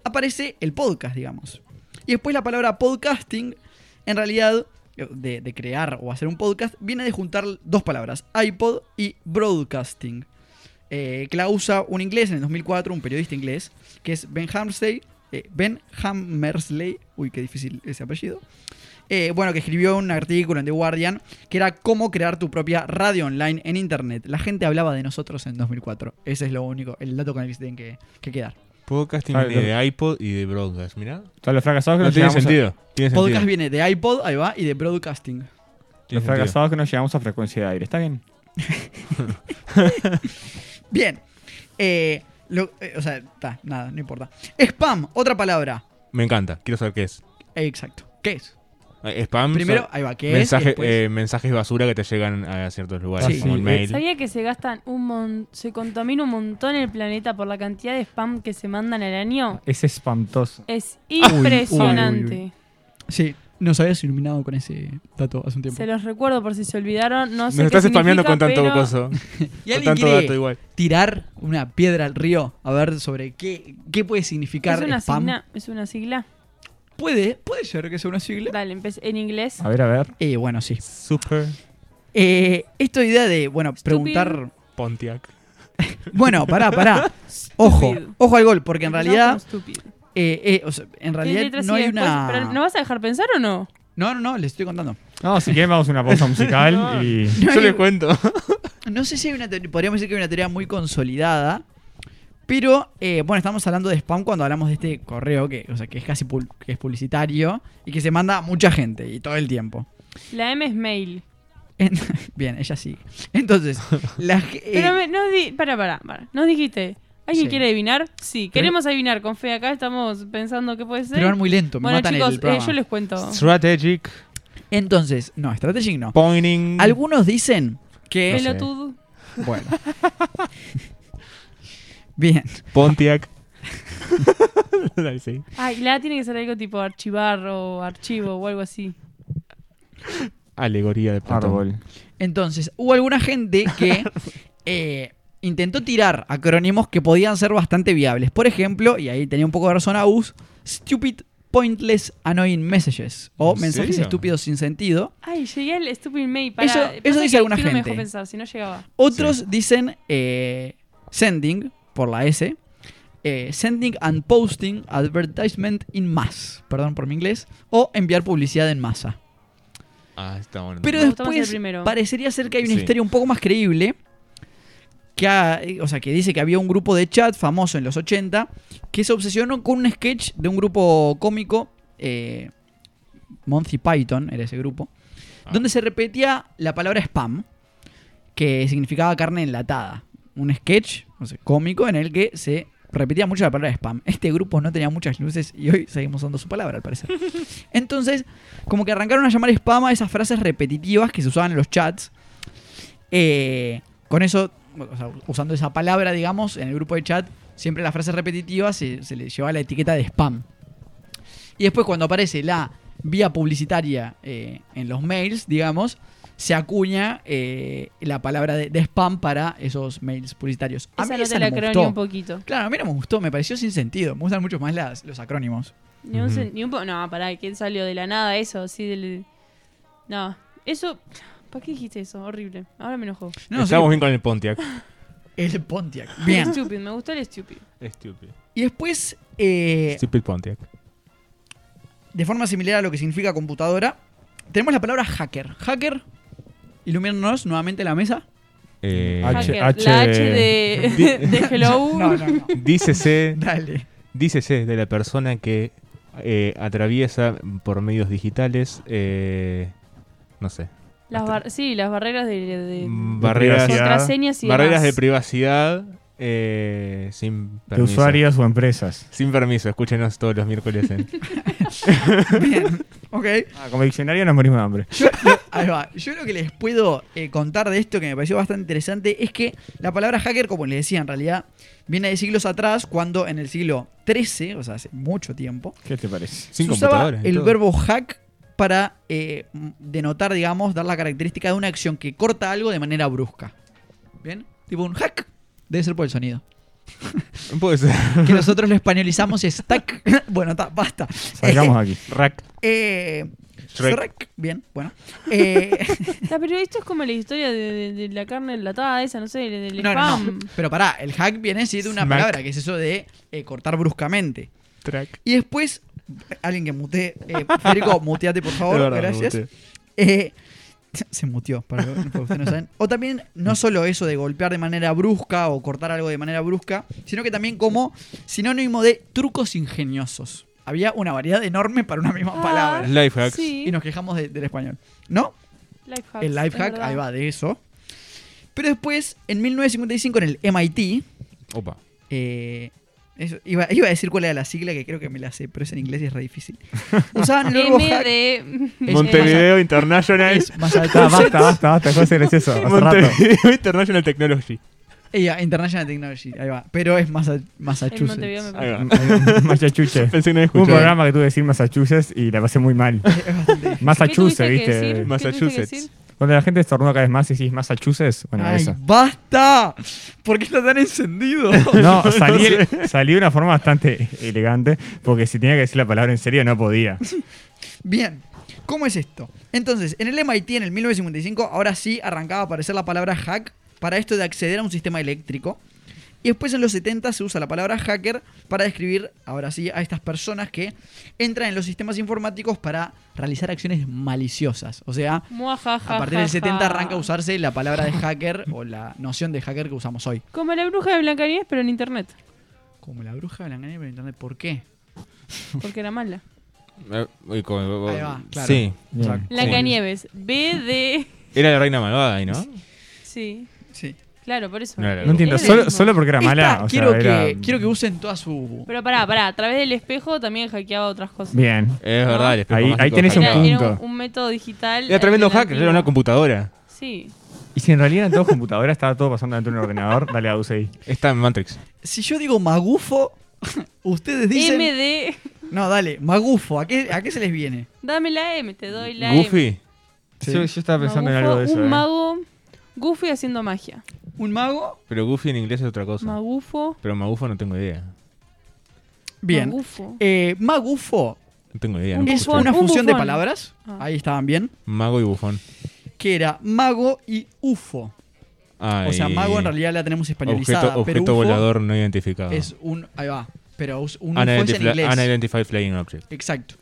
E: aparece el podcast, digamos. Y después la palabra podcasting, en realidad, de, de crear o hacer un podcast, viene de juntar dos palabras, iPod y broadcasting eh, que la usa un inglés en el 2004, un periodista inglés, que es Ben Hammersley. eh, ben Hammersley, uy, qué difícil ese apellido. Eh, bueno, que escribió un artículo en The Guardian que era cómo crear tu propia radio online en internet. La gente hablaba de nosotros en 2004. Ese es lo único, el dato con el que se tienen que, que quedar.
G: Podcasting
D: Ah,
G: viene
D: claro.
G: de iPod y de Broadcast, mirá.
D: Todos los fracasados que
G: No
D: nos
G: tiene
D: llegamos a-
G: sentido. Tiene
E: Podcast
G: sentido.
E: viene de iPod, ahí va, y de broadcasting.
G: Tiene
D: Los
G: sentido.
D: fracasados que no llegamos a frecuencia de aire. ¿Está bien?
E: Bien. Eh, lo- eh, o sea, está, nada, no importa. Spam, otra palabra.
G: Me encanta, quiero saber qué es.
E: Exacto. ¿Qué es?
G: Eh, Spam.
E: Primero,
G: son
E: ahí va, ¿qué es? Y
G: mensaje-
E: después-
G: eh, mensajes basura que te llegan a ciertos lugares,
E: Sí.
G: como el
D: Sí.
G: mail.
F: Sabía que se gastan un mon- se contamina un montón el planeta por la cantidad de spam que se mandan al año.
D: Es espantoso.
F: Es impresionante.
E: uy, uy, Sí, nos habías iluminado con ese dato hace un tiempo.
F: Se los recuerdo por si se olvidaron. No sé
G: Nos estás
F: qué
G: spameando
F: significa,
G: con tanto
F: pero
G: coso.
E: ¿Y
G: Con
E: alguien
G: tanto
E: quiere
G: dato igual.
E: tirar una piedra al río a ver sobre qué, qué puede
F: Es
E: significar
F: una,
E: spam?
F: signa- es una sigla.
E: ¿Puede, puede ser que sea una sigla.
F: Dale, empecé en inglés.
D: A ver, a ver.
E: Eh, bueno, sí.
G: Super
E: Eh, esto idea de, bueno, preguntar...
G: Pontiac.
E: Bueno, pará, pará. Ojo,
F: Estúpido.
E: ojo al gol, porque en
F: Empezamos
E: realidad,
F: como estúpido.
E: eh, eh, o sea, en
F: Tiene
E: realidad
F: letras
E: no
F: y
E: hay
F: después-
E: una...
F: pero ¿No vas a dejar pensar o no?
E: No, no, no, les estoy contando.
D: No, si quieren, vamos a una pausa musical y.
G: Yo
E: hay-
G: les cuento.
E: No sé si hay una teoría, podríamos decir que hay una teoría muy consolidada, pero eh, bueno, estamos hablando de spam cuando hablamos de este correo que, o sea, que es casi pul- que es publicitario y que se manda a mucha gente y todo el tiempo.
F: La M es mail.
E: En- bien, ella sí. Entonces, la, ge- eh,
F: Pero me- no di- para, para, para. Nos dijiste, ¿alguien
E: Sí.
F: quiere adivinar? Sí,
E: Pero-
F: queremos adivinar con fe. Acá estamos pensando qué puede ser.
E: pero van muy lento, me
F: bueno,
E: matan
F: chicos,
E: el
F: eh,
E: programa.
F: yo les cuento.
G: Strategic
E: Entonces, no, Strategic no.
G: Pointing.
E: Algunos dicen que...
G: sé.
F: Pelotudo.
E: Bueno. bien.
G: Pontiac. Dale, sí.
F: Ay, la tiene que ser algo tipo archivar o archivo o algo así.
G: Alegoría de Platón.
D: Árbol.
E: Entonces, hubo alguna gente que eh, intentó tirar acrónimos que podían ser bastante viables. Por ejemplo, y ahí tenía un poco de razón Agus, Stupid Pointless Annoying Messages o
G: ¿En
E: mensajes
G: serio?
E: estúpidos sin sentido.
F: Ay, llegué al stupid mail. Para,
E: Eso- eso dice alguna
F: No me
E: gente.
F: dejó pensar, si no llegaba.
E: Otros dicen eh, sending por la S. eh, sending and posting advertisement in mass, perdón por mi inglés, o enviar publicidad en masa.
G: Ah, está bueno.
E: Pero
F: Me gustó más el
E: después
F: primero.
E: parecería ser que hay una
G: Sí.
E: historia un poco más creíble. Que, ha- o sea, que dice que había un grupo de chat famoso en los 80 que se obsesionó con un sketch de un grupo cómico, eh, Monty Python era ese grupo,
G: Ah.
E: donde se repetía la palabra spam, que significaba carne enlatada. Un sketch no sé, cómico en el que se repetía mucho la palabra spam. Este grupo no tenía muchas luces y hoy seguimos usando su palabra, al parecer. Entonces, como que arrancaron a llamar spam a esas frases repetitivas que se usaban en los chats. Eh, con eso, o sea, usando esa palabra, digamos, en el grupo de chat, siempre las frases repetitivas se, se les llevaba la etiqueta de spam. Y después cuando aparece la vía publicitaria eh, en los mails, digamos, se acuña eh, la palabra de, de spam para esos mails publicitarios. A
F: Esa
E: mí
F: no
E: esa
F: te la
E: no me
F: creo
E: gustó.
F: ni un poquito.
E: Claro, a mí no me gustó, me pareció sin sentido. Me gustan mucho más las, los acrónimos.
F: Ni un,
D: Ujú.
F: sen- ni un po- no, pará, ¿quién salió de la nada eso? Así del... No, eso... ¿Para qué dijiste eso? Horrible. Ahora me enojó.
E: No, no sé,
G: Estamos bien con el Pontiac.
E: el Pontiac.
F: El
E: Bien.
F: Stupid, me gustó el stupid.
G: Stupid.
E: Y después, eh,
G: Stupid Pontiac.
E: de forma similar a lo que significa computadora, tenemos la palabra hacker. Hacker, ilumínanos nuevamente la mesa.
G: Eh,
D: H-
F: Hacker. la H de, de Hello.
E: No, no, no.
G: dícese,
E: Dale.
G: dícese de la persona que eh, atraviesa por medios digitales, eh, no sé,
F: Las bar- sí, las barreras de, de- de-
G: mm, barreras,
D: privacidad.
F: contraseñas y
G: barreras de
F: demás.
G: privacidad eh, sin
D: De
G: permiso.
D: usuarios o empresas.
G: Sin permiso, escúchenos todos los miércoles en
E: Bien. Ok.
D: Ah, como diccionario nos morimos de hambre.
E: Yo, lo- ahí va. Yo lo que les puedo eh, contar de esto que me pareció bastante interesante es que la palabra hacker, como les decía en realidad, viene de siglos atrás, cuando en el siglo XIII, o sea, hace mucho tiempo,
D: ¿Qué te parece?
G: sin
E: se usaba
G: computadoras. y
E: el
G: todo.
E: verbo hack para eh, m- denotar, digamos, dar la característica de una acción que corta algo de manera brusca. ¿Bien? Tipo un hack. Debe ser por el sonido.
G: Puede ser.
E: Que nosotros lo españolizamos y es tac. bueno, ta, basta.
D: Salgamos aquí.
G: Rack.
E: Eh,
G: Shrek.
E: Shrek. Bien, bueno. Eh,
F: Ta, pero esto es como la historia de, de- de la carne enlatada esa, no sé, del, del
E: No, no, no.
F: spam.
E: Pero pará, el hack viene sí de una
G: Smack.
E: palabra que es eso de eh, cortar bruscamente.
G: Track.
E: Y después, alguien que mutee, eh, Federico, muteate por favor,
G: Es verdad,
E: gracias.
G: me gusté.
E: Eh, se muteó, para que para que ustedes no saben. O también, no solo eso de golpear de manera brusca o cortar algo de manera brusca, sino que también como sinónimo de trucos ingeniosos. Había una variedad enorme para una misma
F: Ah.
E: palabra.
G: Life hacks.
F: Sí,
E: Y nos quejamos de- del español, ¿no?
F: life hacks,
E: El
F: es
E: life hack,
F: verdad.
E: ahí va de eso. Pero después, en 1955, en el MIT,
G: Opa.
E: eh, eso, iba, iba a decir cuál era la sigla, que creo que me la sé, pero es en inglés y es re difícil. Usaban el verbo
F: M
E: hack-
F: de...
G: Montevideo International.
E: es más alto.
D: Ah, basta, basta, basta. Dejó de ser gracioso. Hace rato.
G: Montevideo International Technology.
E: Ella, International Technology, ahí va. Pero es Massa-
F: En Montevideo
E: Massachusetts.
F: me
G: Ahí
F: parece.
G: va.
D: Massachusetts.
G: Pensé que no había
D: Hubo un
G: escuchado.
D: programa que tuve que decir Massachusetts y la pasé muy mal. Massachusetts,
F: ¿Qué tuviste que
D: ¿viste?
F: decir? ¿Qué tuviste que decir?
G: Massachusetts.
D: Cuando la gente estornuda cada vez más y decís Massachusetts, bueno,
E: Ay,
D: eso.
E: ¡Basta! ¿Por qué está tan encendido?
D: No, salí, salí de una forma bastante elegante, porque si tenía que decir la palabra en serio no podía.
E: Bien, ¿cómo es esto? Entonces, en el MIT en el 1955, ahora sí arrancaba a aparecer la palabra hack para esto de acceder a un sistema eléctrico. Y después en los 70 se usa la palabra hacker para describir, ahora sí, a estas personas que entran en los sistemas informáticos para realizar acciones maliciosas. O sea,
F: Muajajaja.
E: a partir del 70 arranca a usarse la palabra de hacker o la noción de hacker que usamos hoy.
F: Como la bruja de Blancanieves, pero en internet.
E: Como la bruja de la engañé por internet, ¿por qué?
F: Porque era mala.
G: Eh, uy, como-
E: Ahí va, claro.
G: Oh, Sí.
E: O sea,
F: Blancanieves. B de...
G: Era la reina malvada ahí, ¿no?
F: Sí,
E: Sí.
F: claro, por eso.
G: No era la
D: No entiendo,
F: Es lo
D: solo,
F: mismo.
D: solo porque era mala.
E: Esta
D: o sea,
E: quiero,
D: era-
E: que, quiero que usen toda su...
F: Pero pará, pará. A través del espejo también hackeaba otras cosas.
D: Bien.
G: Es verdad, el espejo
D: Ahí-
G: mágico
D: ahí tenés
G: de
D: un
F: Era,
G: Hacker.
D: punto.
F: era un, un método digital.
G: Era tremendo hack,
F: alternativo.
G: era una computadora.
F: Sí.
D: Y si en realidad eran todos computadoras, estaba todo pasando dentro de un ordenador, dale a ahí.
G: Está en Matrix.
E: Si yo digo magufo, ustedes dicen.
F: M de...
E: No, dale, magufo, ¿a qué, a qué se les viene?
F: Dame la M, te doy la M.
G: Goofy.
D: Yo, yo estaba pensando en
F: Magufo,
D: algo de eso.
F: Un
D: eh.
F: mago... Goofy haciendo magia.
E: ¿Un mago?
G: Pero Goofy en inglés es otra cosa.
F: Magufo.
G: Pero Magufo no tengo idea.
E: Bien.
F: Magufo.
E: Eh, magufo
G: No tengo idea.
F: Un
G: nunca
E: es
F: bufón,
G: escuché.
E: una
F: un
E: fusión de
F: bufón.
E: palabras.
F: Ah.
E: Ahí estaban bien.
G: Mago y bufón.
E: Que era mago y ufo.
G: Ah,
E: O sea,
G: y
E: mago en realidad la tenemos españolizada.
G: Objeto,
E: pero ufo
G: objeto volador no identificado.
E: es un. Ahí va. Pero us- un ufo es en
G: Unidentified,
E: inglés.
G: unidentified Flying Object.
E: Exacto.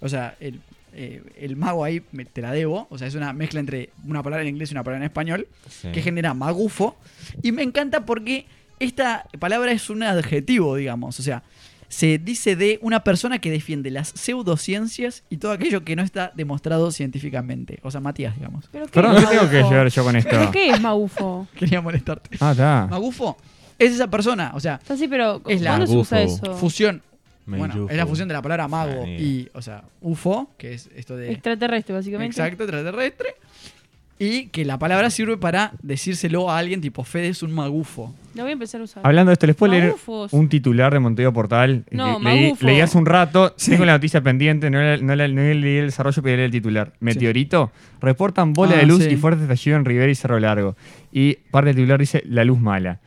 E: O sea, el, eh, el mago ahí me- te la debo. O sea, es una mezcla entre una palabra en inglés y una palabra en español.
G: Sí.
E: que genera magufo. Y me encanta porque esta palabra es un adjetivo, digamos. O sea, se dice de una persona que defiende las pseudociencias y todo aquello que no está demostrado científicamente. O sea, Matías, digamos.
F: ¿Pero qué
D: Perdón,
F: es
D: ¿qué tengo que
F: magufo?
D: llevar yo con
F: ¿Pero
D: esto?
F: qué es magufo?
E: Quería molestarte.
D: Ah, está.
E: Magufo es esa persona, o sea,
F: Está así, pero
E: Es la-
F: ¿cuándo se usa
G: Magufo.
F: eso?
E: fusión.
G: Me
E: bueno,
G: enchufo.
E: es la fusión de la palabra mago
G: Ah,
E: y, o sea, UFO, que es esto de
F: Extraterrestre, básicamente.
E: Exacto, extraterrestre. Y que la palabra sirve para decírselo a alguien tipo Fede es un magufo.
F: Lo voy a empezar a usar.
D: Hablando de esto, ¿les puedo leer
F: Magufos.
D: un titular de Montevideo Portal?
F: No,
D: Le- leí,
F: magufo.
D: leí hace un rato, tengo la noticia pendiente, no, la- no la- no leí el desarrollo, pero leí el titular. Meteorito, reportan bola
E: Ah,
D: de luz
E: sí.
D: y fuerte estallido en Rivera y Cerro Largo. Y parte del titular dice, la luz mala.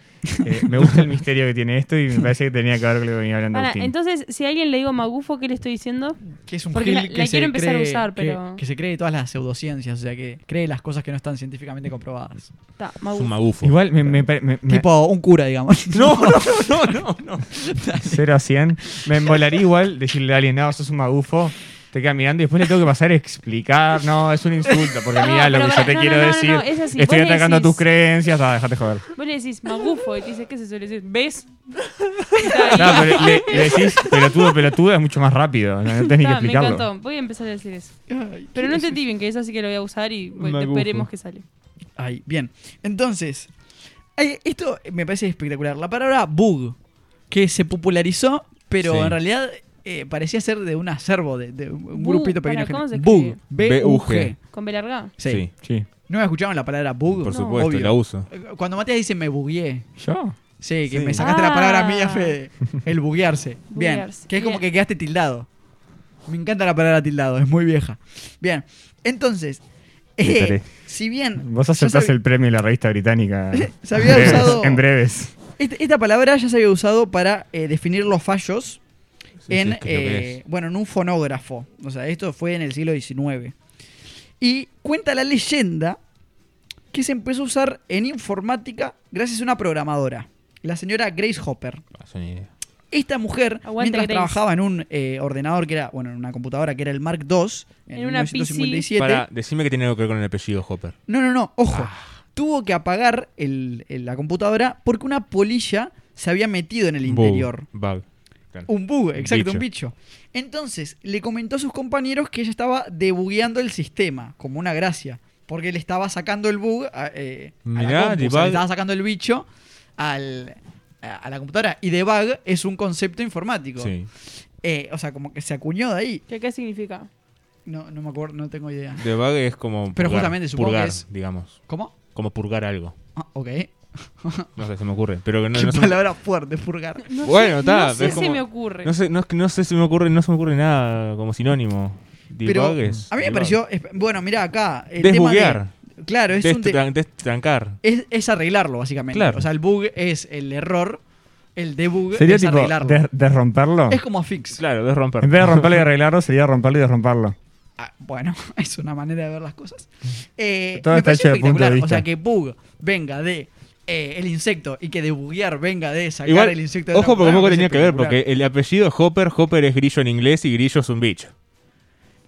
D: Eh, me gusta el misterio que tiene esto y me parece que tenía que ver con lo que venía hablando
F: Pará,
D: Agustín.
F: entonces, si a alguien le digo magufo, ¿qué le estoy diciendo?
E: Que es un
F: Porque
E: gil
F: la- la
E: que
F: quiero
E: se
F: empezar a
E: cree-
F: usar,
E: que-
F: pero-
E: Que, se cree todas las pseudociencias, o sea, que cree las cosas que no están científicamente comprobadas.
F: Está,
G: Es
F: magufo.
G: un magufo.
D: Igual me, me pare- me- me-
E: Tipo un cura, digamos. No, no, no, no.
D: 0 a 100. Me embolaría igual decirle a alguien, no, sos un magufo. Te queda mirando y después le tengo que pasar a explicar. No, es un insulto, porque
F: No,
D: mira lo
F: pero
D: que yo
F: pará,
D: te
F: no,
D: quiero
F: no, no, no,
D: decir.
F: es así.
D: Estoy
F: Vos le
D: atacando
F: decís-
D: tus creencias. Ah, dejate joder.
F: Vos le decís magufo y te dice, ¿qué se suele decir? ¿Ves?
D: No, pero le, le decís pelotudo, pelotuda, es mucho más rápido. No, no tenés ni que
F: Está, me
D: explicarlo.
F: encantó. Voy a empezar a decir eso. Pero no entendí bien que eso, así que lo voy a usar y bueno,
G: Magufo.
F: esperemos que sale.
E: Ahí, bien. Entonces, ay, esto me parece espectacular. La palabra bug, que se popularizó, pero
G: Sí.
E: en realidad eh, parecía ser de un acervo, de, de un
F: Bug,
E: grupito pequeño. de
F: pará, ¿cómo
E: gente.
F: se
E: bug,
F: escribe?
E: B-U-G.
F: ¿Con B larga?
E: Sí.
G: Sí,
D: Sí.
E: ¿No me escuchaban la palabra bug?
G: por
F: No,
G: supuesto,
E: obvio.
G: la uso.
E: Cuando Matías dice me bugueé.
D: ¿Yo?
E: Sí, que
G: Sí.
E: me sacaste la palabra
F: Ah.
E: mía, Fede. El buguearse. Bien.
F: Buguearse,
E: Que es como
F: bien.
E: que quedaste tildado. Me encanta la palabra tildado, es muy vieja. Bien. Entonces, eh,
G: Gritaré.
E: si bien.
D: Vos
E: ya
D: aceptás
E: sabi-
D: el premio de la revista británica.
E: Se había
D: en breves,
E: usado-
D: En breves.
E: este- esta palabra ya se había usado para eh, definir los fallos
G: Sí,
E: en,
G: sí, es que es lo que
E: eh,
G: es.
E: bueno, en un fonógrafo. O sea, esto fue en el siglo XIX. Y cuenta la leyenda que se empezó a usar en informática gracias a una programadora, la señora Grace Hopper.
G: No, es una Ah, idea.
E: Esta mujer,
F: Aguante,
E: mientras
F: Grace.
E: trabajaba en un eh, ordenador que era, bueno, en una computadora que era el Mark II, en,
F: En una PC.
E: 1957.
G: Para, Ah. decime que tiene algo que ver con el apellido Hopper.
E: No, no, no, ojo. Tuvo que apagar el- el- la computadora porque una polilla se había metido en el
G: Bug,
E: interior.
G: Bug. Claro.
E: Un bug, exacto,
G: bicho.
E: un bicho. Entonces, le comentó a sus compañeros que ella estaba debugueando el sistema, como una gracia, porque le estaba sacando el bug, a, eh, a la
G: Mirá,
E: compu, o sea,
G: debug.
E: le estaba sacando el bicho al- a, a la computadora. Y debug es un concepto informático.
G: Sí.
E: Eh, o sea, como que se acuñó de ahí.
F: ¿Qué, qué significa?
E: No, no me acuerdo, no tengo idea.
G: The bug es como.
E: Pero
G: purgar,
E: justamente supongo que
G: purgar,
E: es-
G: digamos.
E: ¿Cómo?
G: Como purgar algo.
E: Ah, ok.
G: No sé, se me ocurre. Pero que no,
E: Qué
G: no se me-
E: palabra fuerte, purgar.
F: No
G: Bueno,
F: sé-
G: está,
F: No sé
G: es
F: se
G: como-
F: me ocurre.
G: no sé, no, es que no sé si me ocurre, no se me ocurre nada como sinónimo.
E: Pero
G: Debug es.
E: a mí me
G: debug.
E: pareció. es- Bueno, mirá acá. El
G: Desbuguear.
E: tema de- Claro, es un. de-
G: Destran- destrancar.
E: es, es arreglarlo, básicamente.
G: Claro.
E: O sea, el bug es el error, el debug
D: ¿Sería
E: es
D: tipo
E: arreglarlo.
D: de, de romperlo?
E: Es como fix.
G: Claro, desromper.
D: En vez de romperlo y arreglarlo, sería romperlo y desromperlo.
E: Ah, bueno, es una manera de ver las cosas. Eh,
D: Todo
E: me
D: está
E: parece
D: hecho de punto de
E: espectacular.
D: vista.
E: O sea, que bug venga de eh, el insecto y que debuguear venga de sacar
G: Igual,
E: el insecto de
G: ojo,
E: otra
G: porque
E: cucaracha,
G: poco
E: me
G: tenía que ver, porque
E: parece
G: el apellido es Hopper, Hopper es grillo en inglés y grillo es un bicho.
E: espectacular.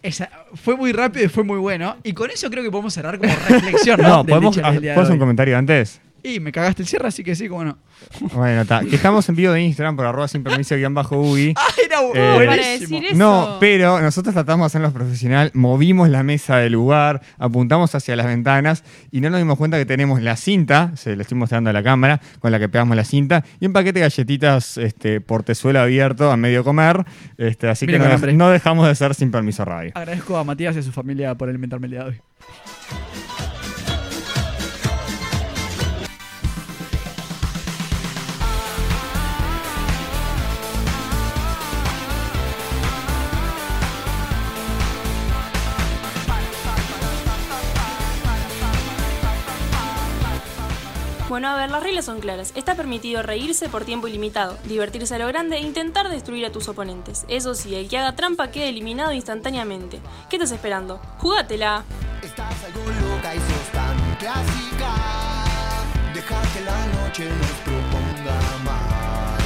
E: Esa- fue muy rápido y fue muy bueno. Y con eso creo que podemos cerrar como reflexión.
D: No,
E: No,
D: podemos.
E: Del
D: ah,
E: dicho del día de
D: ¿puedo hacer un
E: hoy.
D: comentario antes?
E: Y me cagaste el cierre, así que sí, como no.
D: Bueno, está. Que Estamos en vivo de Instagram por arroba sin permiso guión bajo Ugi.
E: Ah, era
D: Eh,
E: buenísimo.
F: decir eso.
D: No, pero nosotros tratamos de hacernos profesional, movimos la mesa del lugar, apuntamos hacia las ventanas y no nos dimos cuenta que tenemos la cinta, se la estoy mostrando a la cámara, con la que pegamos la cinta, y un paquete de galletitas este, portezuelo abierto a medio comer. Este, así
E: Mira
D: que
E: con
D: no,
E: hambre.
D: no dejamos de ser sin permiso radio.
E: Agradezco a Matías y a su familia por alimentarme el día de hoy.
J: Bueno, a ver, las reglas son claras. Está permitido reírse por tiempo ilimitado, divertirse a lo grande e intentar destruir a tus oponentes. Eso sí, el que haga trampa queda eliminado instantáneamente. ¿Qué estás esperando? ¡Jugátela!
B: Estás algo loca y sos tan clásica. Deja que la noche nos proponga más.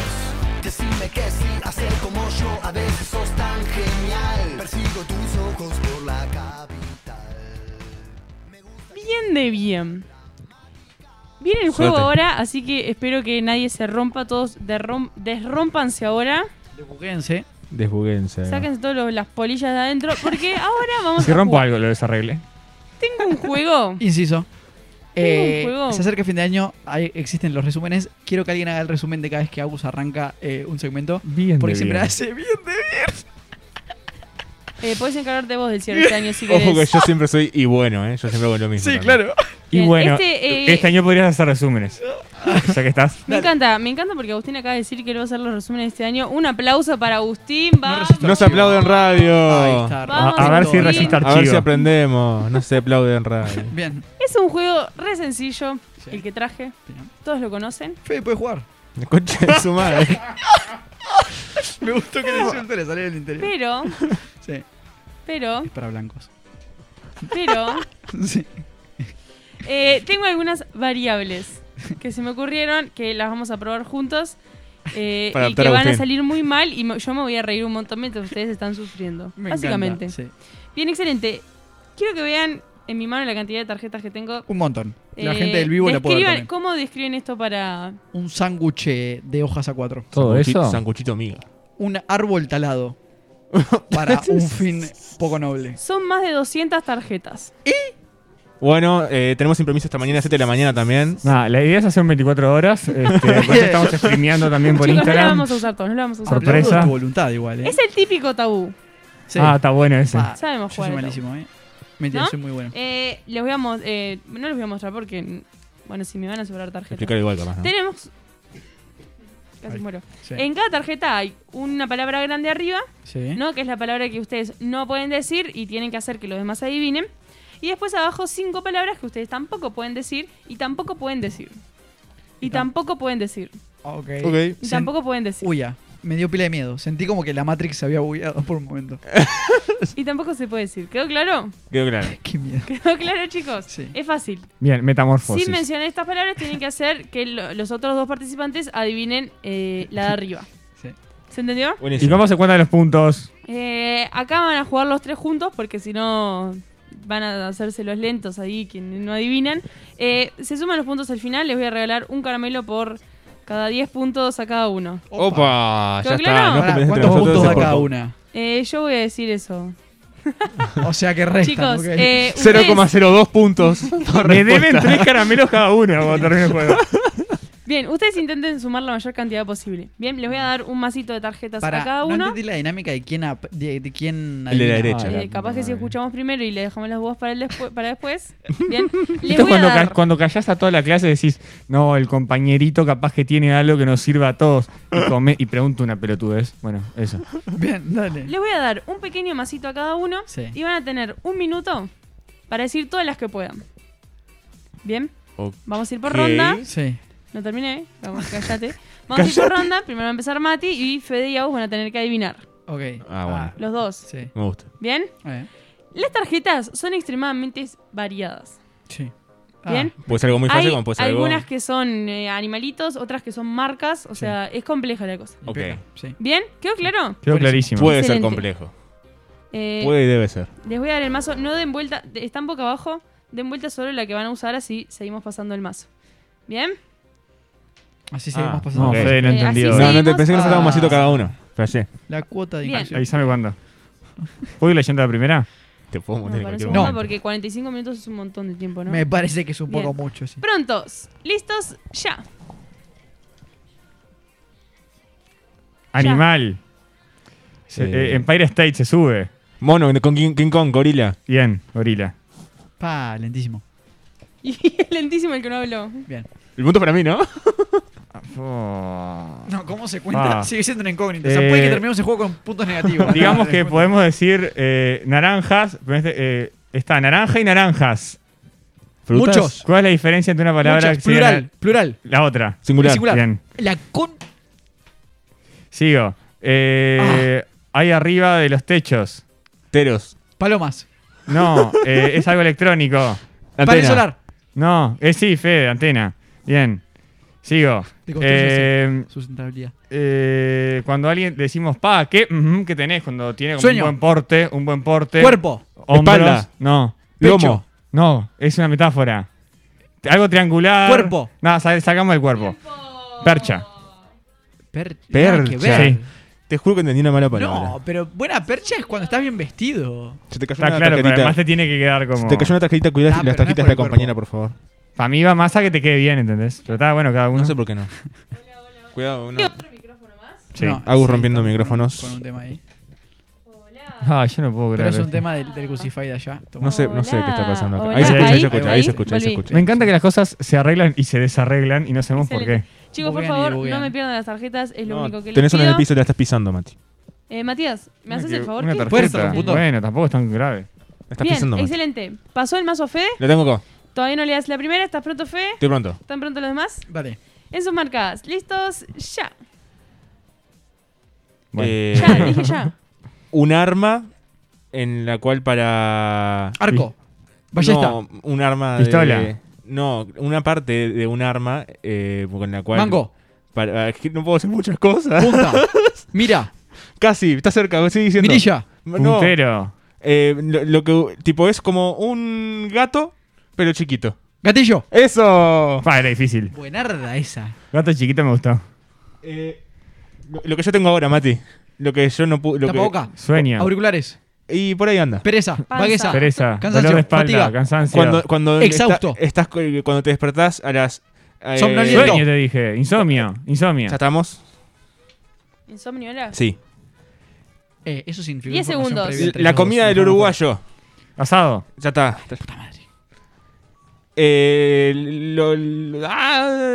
B: Decime que sí, hacer como yo, a veces sos tan genial. Persigo tus ojos por la capital. Me gusta
F: Bien de bien. Viene el juego
G: Suerte.
F: ahora, así que espero que nadie se rompa, todos derrom- desrompanse ahora.
E: Buguense.
G: Desbuguense. ahí va.
F: Sáquense todas las polillas de adentro. Porque ahora vamos
D: Si
F: a.
D: rompo
F: jugar.
D: algo, lo desarregle.
F: Tengo un juego.
E: Inciso. Eh,
F: un juego.
E: se acerca fin de año, ahí existen los resúmenes. Quiero que alguien haga el resumen de cada vez que Agus arranca eh, un segmento.
D: Bien,
E: Porque
D: de
E: siempre
D: bien.
E: hace bien de
F: Eh, podés encargarte vos del cierre este año si querés.
G: Ojo que yo siempre soy y bueno, ¿eh? Yo siempre hago lo mismo.
E: Sí,
G: también.
E: claro.
D: Y
F: Bien,
D: bueno,
F: este, eh,
D: este año podrías hacer resúmenes. Ya que estás.
F: Me encanta, me encanta porque Agustín acaba de decir que él va a hacer los resúmenes de este año. Un aplauso para Agustín. Vamos.
G: No se aplaude en radio.
E: Ahí está.
F: Vamos,
D: Oh. A, a ver si
F: Agustín.
D: resiste
G: A ver si
D: archivo.
G: aprendemos. No se aplaude en radio.
E: Bien.
F: Es un juego re sencillo,
E: Sí.
F: el que traje.
E: Bien.
F: Todos lo conocen.
E: Fede puede jugar.
G: La Concha de su madre.
E: Me gustó que le hicieron tres, salir del interior.
F: Pero,
E: Sí,
F: pero,
E: es para blancos.
F: pero,
E: Sí.
F: eh, tengo algunas variables que se me ocurrieron que las vamos a probar juntos. eh,
G: Para
F: y que
G: adaptar a
F: van a
G: Agustín.
F: salir muy mal y me- yo me voy a reír un montón mientras ustedes están sufriendo.
E: Me
F: básicamente.
E: encanta, sí.
F: Bien, excelente. Quiero que vean en mi mano la cantidad de tarjetas que tengo.
E: Un montón. La
F: Eh,
E: gente del vivo la puede ver
F: describan-
E: también.
F: ¿Cómo describen esto para...?
E: Un sándwich eh, de hojas a cuatro.
D: Todo eso.
G: Sanguchito miga.
E: Un árbol talado. para un fin poco noble.
F: Son más de 200 tarjetas.
G: Bueno, eh, tenemos improviso esta mañana, 7 de la mañana también.
D: Nada, la idea es hacer un 24 horas. Este, por eso estamos streameando también por
F: Chicos, no la
D: Instagram.
F: vamos a usar todos, no la vamos a usar
D: Sorpresa.
F: todos.
E: Hablando de tu voluntad igual, ¿eh?
F: Es el típico tabú.
E: Sí.
D: Ah, está bueno ese.
E: Pa,
F: Sabemos
E: yo
F: jugar
E: soy
F: al
E: malísimo, ¿eh? Mentira,
F: ¿No?
E: soy muy bueno.
F: Eh, les voy a mos- eh, no les voy a mostrar porque, bueno, si me van a sobrar tarjetas.
G: Explicar igual, capaz. ¿no?
F: Tenemos... Casi
E: Ay.
F: muero.
E: Sí.
F: En cada tarjeta hay una palabra grande arriba,
E: Sí.
F: ¿no? Que es la palabra que ustedes no pueden decir y tienen que hacer que los demás adivinen. Y después abajo cinco palabras que ustedes tampoco pueden decir y tampoco pueden decir. Y tampoco pueden decir.
E: Ok.
G: Ok.
F: Y
E: Sen-
F: tampoco pueden decir.
E: Uy, ya. Me dio pila de miedo. Sentí como que la Matrix se había bugueado por un momento. Pues-
F: Y tampoco se puede decir. ¿Quedó claro?
G: Quedó claro.
E: Qué miedo.
F: ¿Quedó claro, chicos?
E: Sí.
F: Es fácil.
D: Bien, metamorfosis.
F: Sin mencionar estas palabras, tienen que hacer que lo- los otros dos participantes adivinen eh, la de arriba.
E: Sí.
F: ¿Se entendió?
D: ¿Y
G: Buenísimo.
D: cómo se cuentan los puntos?
F: Eh, acá van a jugar los tres juntos porque si no van a hacerse los lentos ahí quienes no adivinan. Eh, se suman los puntos al final, les voy a regalar un caramelo por cada 10 puntos a cada uno.
G: Opa, ya
F: ¿Quedó
G: está.
F: claro?
G: No
E: Pará,
G: competencia entre
E: ¿Cuántos
G: nosotros,
E: puntos
G: es
E: da
G: por
E: cada
G: poco.
E: una?
F: Eh, yo voy a decir eso.
E: O sea que restan,
F: Chicos,
E: ok.
F: eh, ustedes-
G: 0,02 puntos.
D: Me deben tres caramelos cada uno cuando termine el juego.
F: bien, ustedes intenten sumar la mayor cantidad posible. Bien, les voy a dar un masito de tarjetas
E: Para
F: a cada
E: no
F: uno.
E: entendí la dinámica de quién, ap- de, de quién
G: El de la
E: adivina.
G: derecha.
D: Ah,
F: Eh,
D: la
F: capaz
D: puta
F: que si
D: madre.
F: escuchamos primero y le dejamos las voz para, el despu- para después. Bien, les
D: Esto es
F: voy a
D: cuando,
F: dar.
D: ca- cuando callás a toda la clase decís, no, el compañerito capaz que tiene algo que nos sirva a todos. Y, come- y pregunto una pelotudez. Bueno, eso.
E: Bien, dale.
F: Les voy a dar un pequeño masito a cada uno
E: Sí.
F: y van a tener un minuto para decir todas las que puedan. Bien,
G: Ok.
F: vamos a ir por ronda.
E: Sí.
F: No terminé, vamos, cállate. Vamos a ir por ronda. Primero va a empezar Mati y Fede y Agus van a tener que adivinar.
E: Ok.
G: Ah, bueno.
F: Los dos.
E: Sí.
G: Me gusta.
F: ¿Bien?
E: Eh,
F: Las tarjetas son extremadamente variadas.
E: sí. Ah,
F: ¿Bien?
G: Puede ser algo muy fácil,
F: Hay
G: como puede ser algo.
F: algunas que son eh, animalitos, otras que son marcas. O
E: Sí.
F: sea, es compleja la cosa.
G: Ok.
E: impecable, Sí.
F: ¿Bien? ¿Quedó claro?
D: Quedó
E: Buenísimo.
D: clarísimo.
G: Puede ser
F: Excelente.
G: complejo.
F: Eh,
G: Puede y debe ser.
F: Les voy a dar el mazo. No den vuelta. de- Están boca abajo. Den vuelta solo la que van a usar. Así seguimos pasando el mazo. ¿Bien?
E: Así seguimos
G: Ah,
E: pasando.
D: No,
G: Ok.
D: Fede no
F: Eh,
D: entendió.
F: así
G: No, no te
F: Seguimos.
G: pensé que nos
E: Ah.
G: un masito cada uno. Flashé.
E: La cuota de
F: Bien.
E: inclusión.
D: Avísame cuándo. ¿Puedo ir leyendo la primera?
G: Te puedo
F: No,
G: meter en
F: parece
G: cualquier
F: un
G: momento.
F: montón, porque 45 minutos es un montón de tiempo, ¿no?
E: Me parece que es un poco
F: Bien.
E: mucho, sí.
F: Prontos. Listos. Ya.
D: Animal. Se-
G: Eh,
D: eh, Empire State se sube.
G: Mono, con King, King Kong, gorila.
D: Bien, gorila.
E: Pa, lentísimo.
F: Y es lentísimo el que no habló.
E: Bien.
G: El punto para mí, ¿no?
E: No, ¿cómo se cuenta?
D: Ah.
E: Sigue siendo una incógnita. o
D: Eh,
E: sea, puede que terminemos el juego con puntos negativos.
D: Digamos que podemos decir eh, naranjas. pero este, eh, está naranja y naranjas.
G: Frutas.
E: Muchos.
D: ¿Cuál es la diferencia entre una palabra
E: Muchas,
D: que sería
E: plural, plural.
D: la, la otra?
G: Singular.
E: Singular.
D: Bien.
E: La con...
D: Sigo. Eh,
E: Ah.
D: Ahí arriba de los techos.
G: Teros.
E: Palomas.
D: No, eh, es algo electrónico.
E: Panel
G: Antena.
E: solar.
D: No, es sí, Fede, antena. Bien. Sigo.
E: Deconstrúyase.
D: Eh,
E: Sustentabilidad.
D: Eh, cuando alguien decimos, pa, ¿qué? Ujú, ¿qué tenés? Cuando tiene como
E: Sueño.
D: un buen porte, un buen porte.
E: Cuerpo.
D: hombros.
G: Espalda.
D: No.
G: Lomo.
E: Pecho.
D: No, es una metáfora. Algo triangular.
E: Cuerpo.
D: No, sa- sacamos el cuerpo. Percha.
E: Per
G: Percha.
E: nada que ver.
D: Sí.
G: Te juro que entendí una mala palabra.
E: No, pero buena percha es cuando estás bien vestido.
G: Se te cayó
D: Está
G: una
D: claro, pero
G: tarjetita.
D: además te tiene que quedar como.
G: Se te cayó una tarjetita, cuidás
E: Ah, pero no
G: las
E: es
G: tarjetas
E: por
G: de la
E: el cuerpo.
G: compañera, por favor.
D: Para mí va más a que te quede bien, ¿entendés? Pero está bueno cada uno.
G: No sé por qué no. Cuidado, una.
D: Sí.
E: No,
G: Agus
E: sí,
G: rompiendo
E: con-
G: micrófonos.
E: Con un tema ahí.
D: Ah, yo no puedo
E: Pero
D: creer.
E: es un
D: esto.
E: tema del, del Crucified allá. Toma.
G: No sé, no sé qué está
F: Hola,
G: pasando acá.
F: hola,
G: Ahí se escucha, ahí
D: ahí,
G: se escucha,
F: ahí
G: ahí se escucha, ahí se
F: volví.
G: escucha.
D: Me encanta que las cosas se arreglan y se desarreglan y no sabemos por
F: Excelente.
D: qué.
F: Chicos, por
E: Buguean y
F: favor,
E: buguean.
F: no me pierdan las tarjetas, es lo
G: No,
F: único que les
G: tenés una en el
F: pido.
G: piso y la estás pisando, Mati.
F: Eh, Matías, ¿me haces el favor?
D: Una
F: ¿Qué?
D: tarjeta.
E: puto.
D: Bueno, tampoco es tan grave.
G: La estás
F: Bien,
G: pisando, Mati.
F: excelente. Pasó el mazo Fede,
G: La tengo acá.
F: todavía no le das la primera, ¿estás pronto Fede?
G: Estoy pronto.
F: ¿Están pronto los demás?
E: Vale.
F: En sus marcas, listos, ya.
D: Bueno.
G: Eh,
F: Ya, dije ya.
G: Un arma en la cual
F: Ah,
G: para.
E: Arco. Vaya está.
G: No, un arma.
D: Pistola.
G: De... No, una parte de un arma eh, con la cual.
E: Mango.
G: Para... es que No puedo hacer muchas cosas.
E: Punta. Mira.
G: Casi, está cerca, sigue diciendo.
E: Mirilla.
G: No,
D: Puntero.
G: eh, lo, lo que. Tipo, es como un gato, pero chiquito.
E: Gatillo.
G: ¡Eso!
D: Pa, era difícil.
E: Buenarda esa.
D: Gato chiquito me gustó.
G: Eh, lo, lo que yo tengo ahora, Mati. Lo que yo no pude.
E: Tapaboca.
D: Sueño.
E: Auriculares.
G: Y por ahí anda.
E: Pereza. Vagueza.
D: Pereza.
E: Cansancio,
D: Dolor de espalda.
E: fatiga.
D: Cansancio.
G: Cuando, cuando
E: Exhausto.
G: está- estás, co- cuando te despertás a las. eh,
E: Somnoliento.
D: Sueño te dije. Insomnio. Insomnio.
G: ¿Ya estamos?
F: Insomnio era.
G: Sí.
E: Eh, eso significa.
F: Diez
E: información
F: segundos.
E: previa entre
G: La
E: ellos dos.
G: comida del
E: No, no, no.
G: uruguayo.
D: Asado.
G: Ya está. Eh, lo, lo- ah,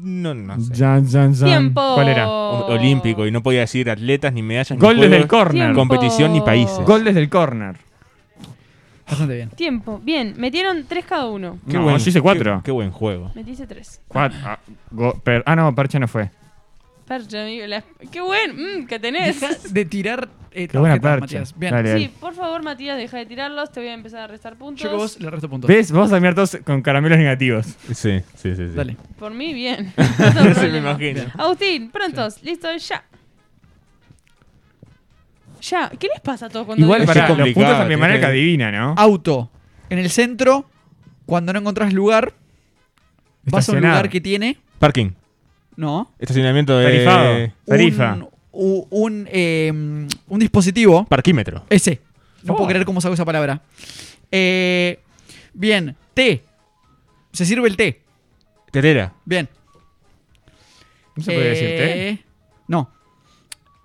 G: no, no sé.
D: Jan, jan, jan.
F: Tiempo.
D: ¿Cuál era?
G: O- Olímpico y no podía decir atletas, ni medallas, ni
D: Gol desde
G: juegos,
D: el corner.
F: Tiempo.
G: competición, ni países.
D: Gol desde el corner.
E: Bastante bien.
F: Tiempo. Bien, metieron tres cada uno.
D: No, yo hice cuatro.
G: Qué, qué buen juego.
F: Metiste tres.
D: Cuatro. Ah, go- per- ah, no, Percha no fue.
F: Percha, amigo. la- Qué buen mm, que tenés.
E: Deja de tirar. Eh,
D: Qué buena
E: tarjetas,
D: percha.
E: Matías. Bien.
D: Dale, dale.
F: Sí, por favor, Matías, deja de tirarlos. Te voy a empezar a restar puntos.
E: Yo que vos le resto puntos.
D: ¿Ves? Vamos a mirar todos con caramelos negativos.
G: Sí, sí, sí. sí.
E: Dale.
F: Por mí, bien. No tengo
G: Se me
F: problema.
G: imagino.
F: Agustín, prontos, listo, ya. Ya, ¿qué les pasa a todos cuando
D: Igual
F: digo
D: para
F: ya?
D: los
G: complicado,
D: puntos a mi
G: tenés
D: manera
G: que-
D: que adivina, ¿no?
E: Ah, Auto. En el centro, cuando no encontrás lugar, vas a un
D: Estacionar.
E: lugar que tiene.
G: Parking.
E: No.
G: Estacionamiento de.
D: Tarifado. Tarifa.
E: Un, u- un, eh, un dispositivo.
G: Parquímetro.
E: Ese. No
D: Oh.
E: puedo creer cómo saco esa palabra. Eh, bien. Té. Se sirve el té.
G: Tetera.
E: Bien.
D: No se puede decir té.
E: Eh, No.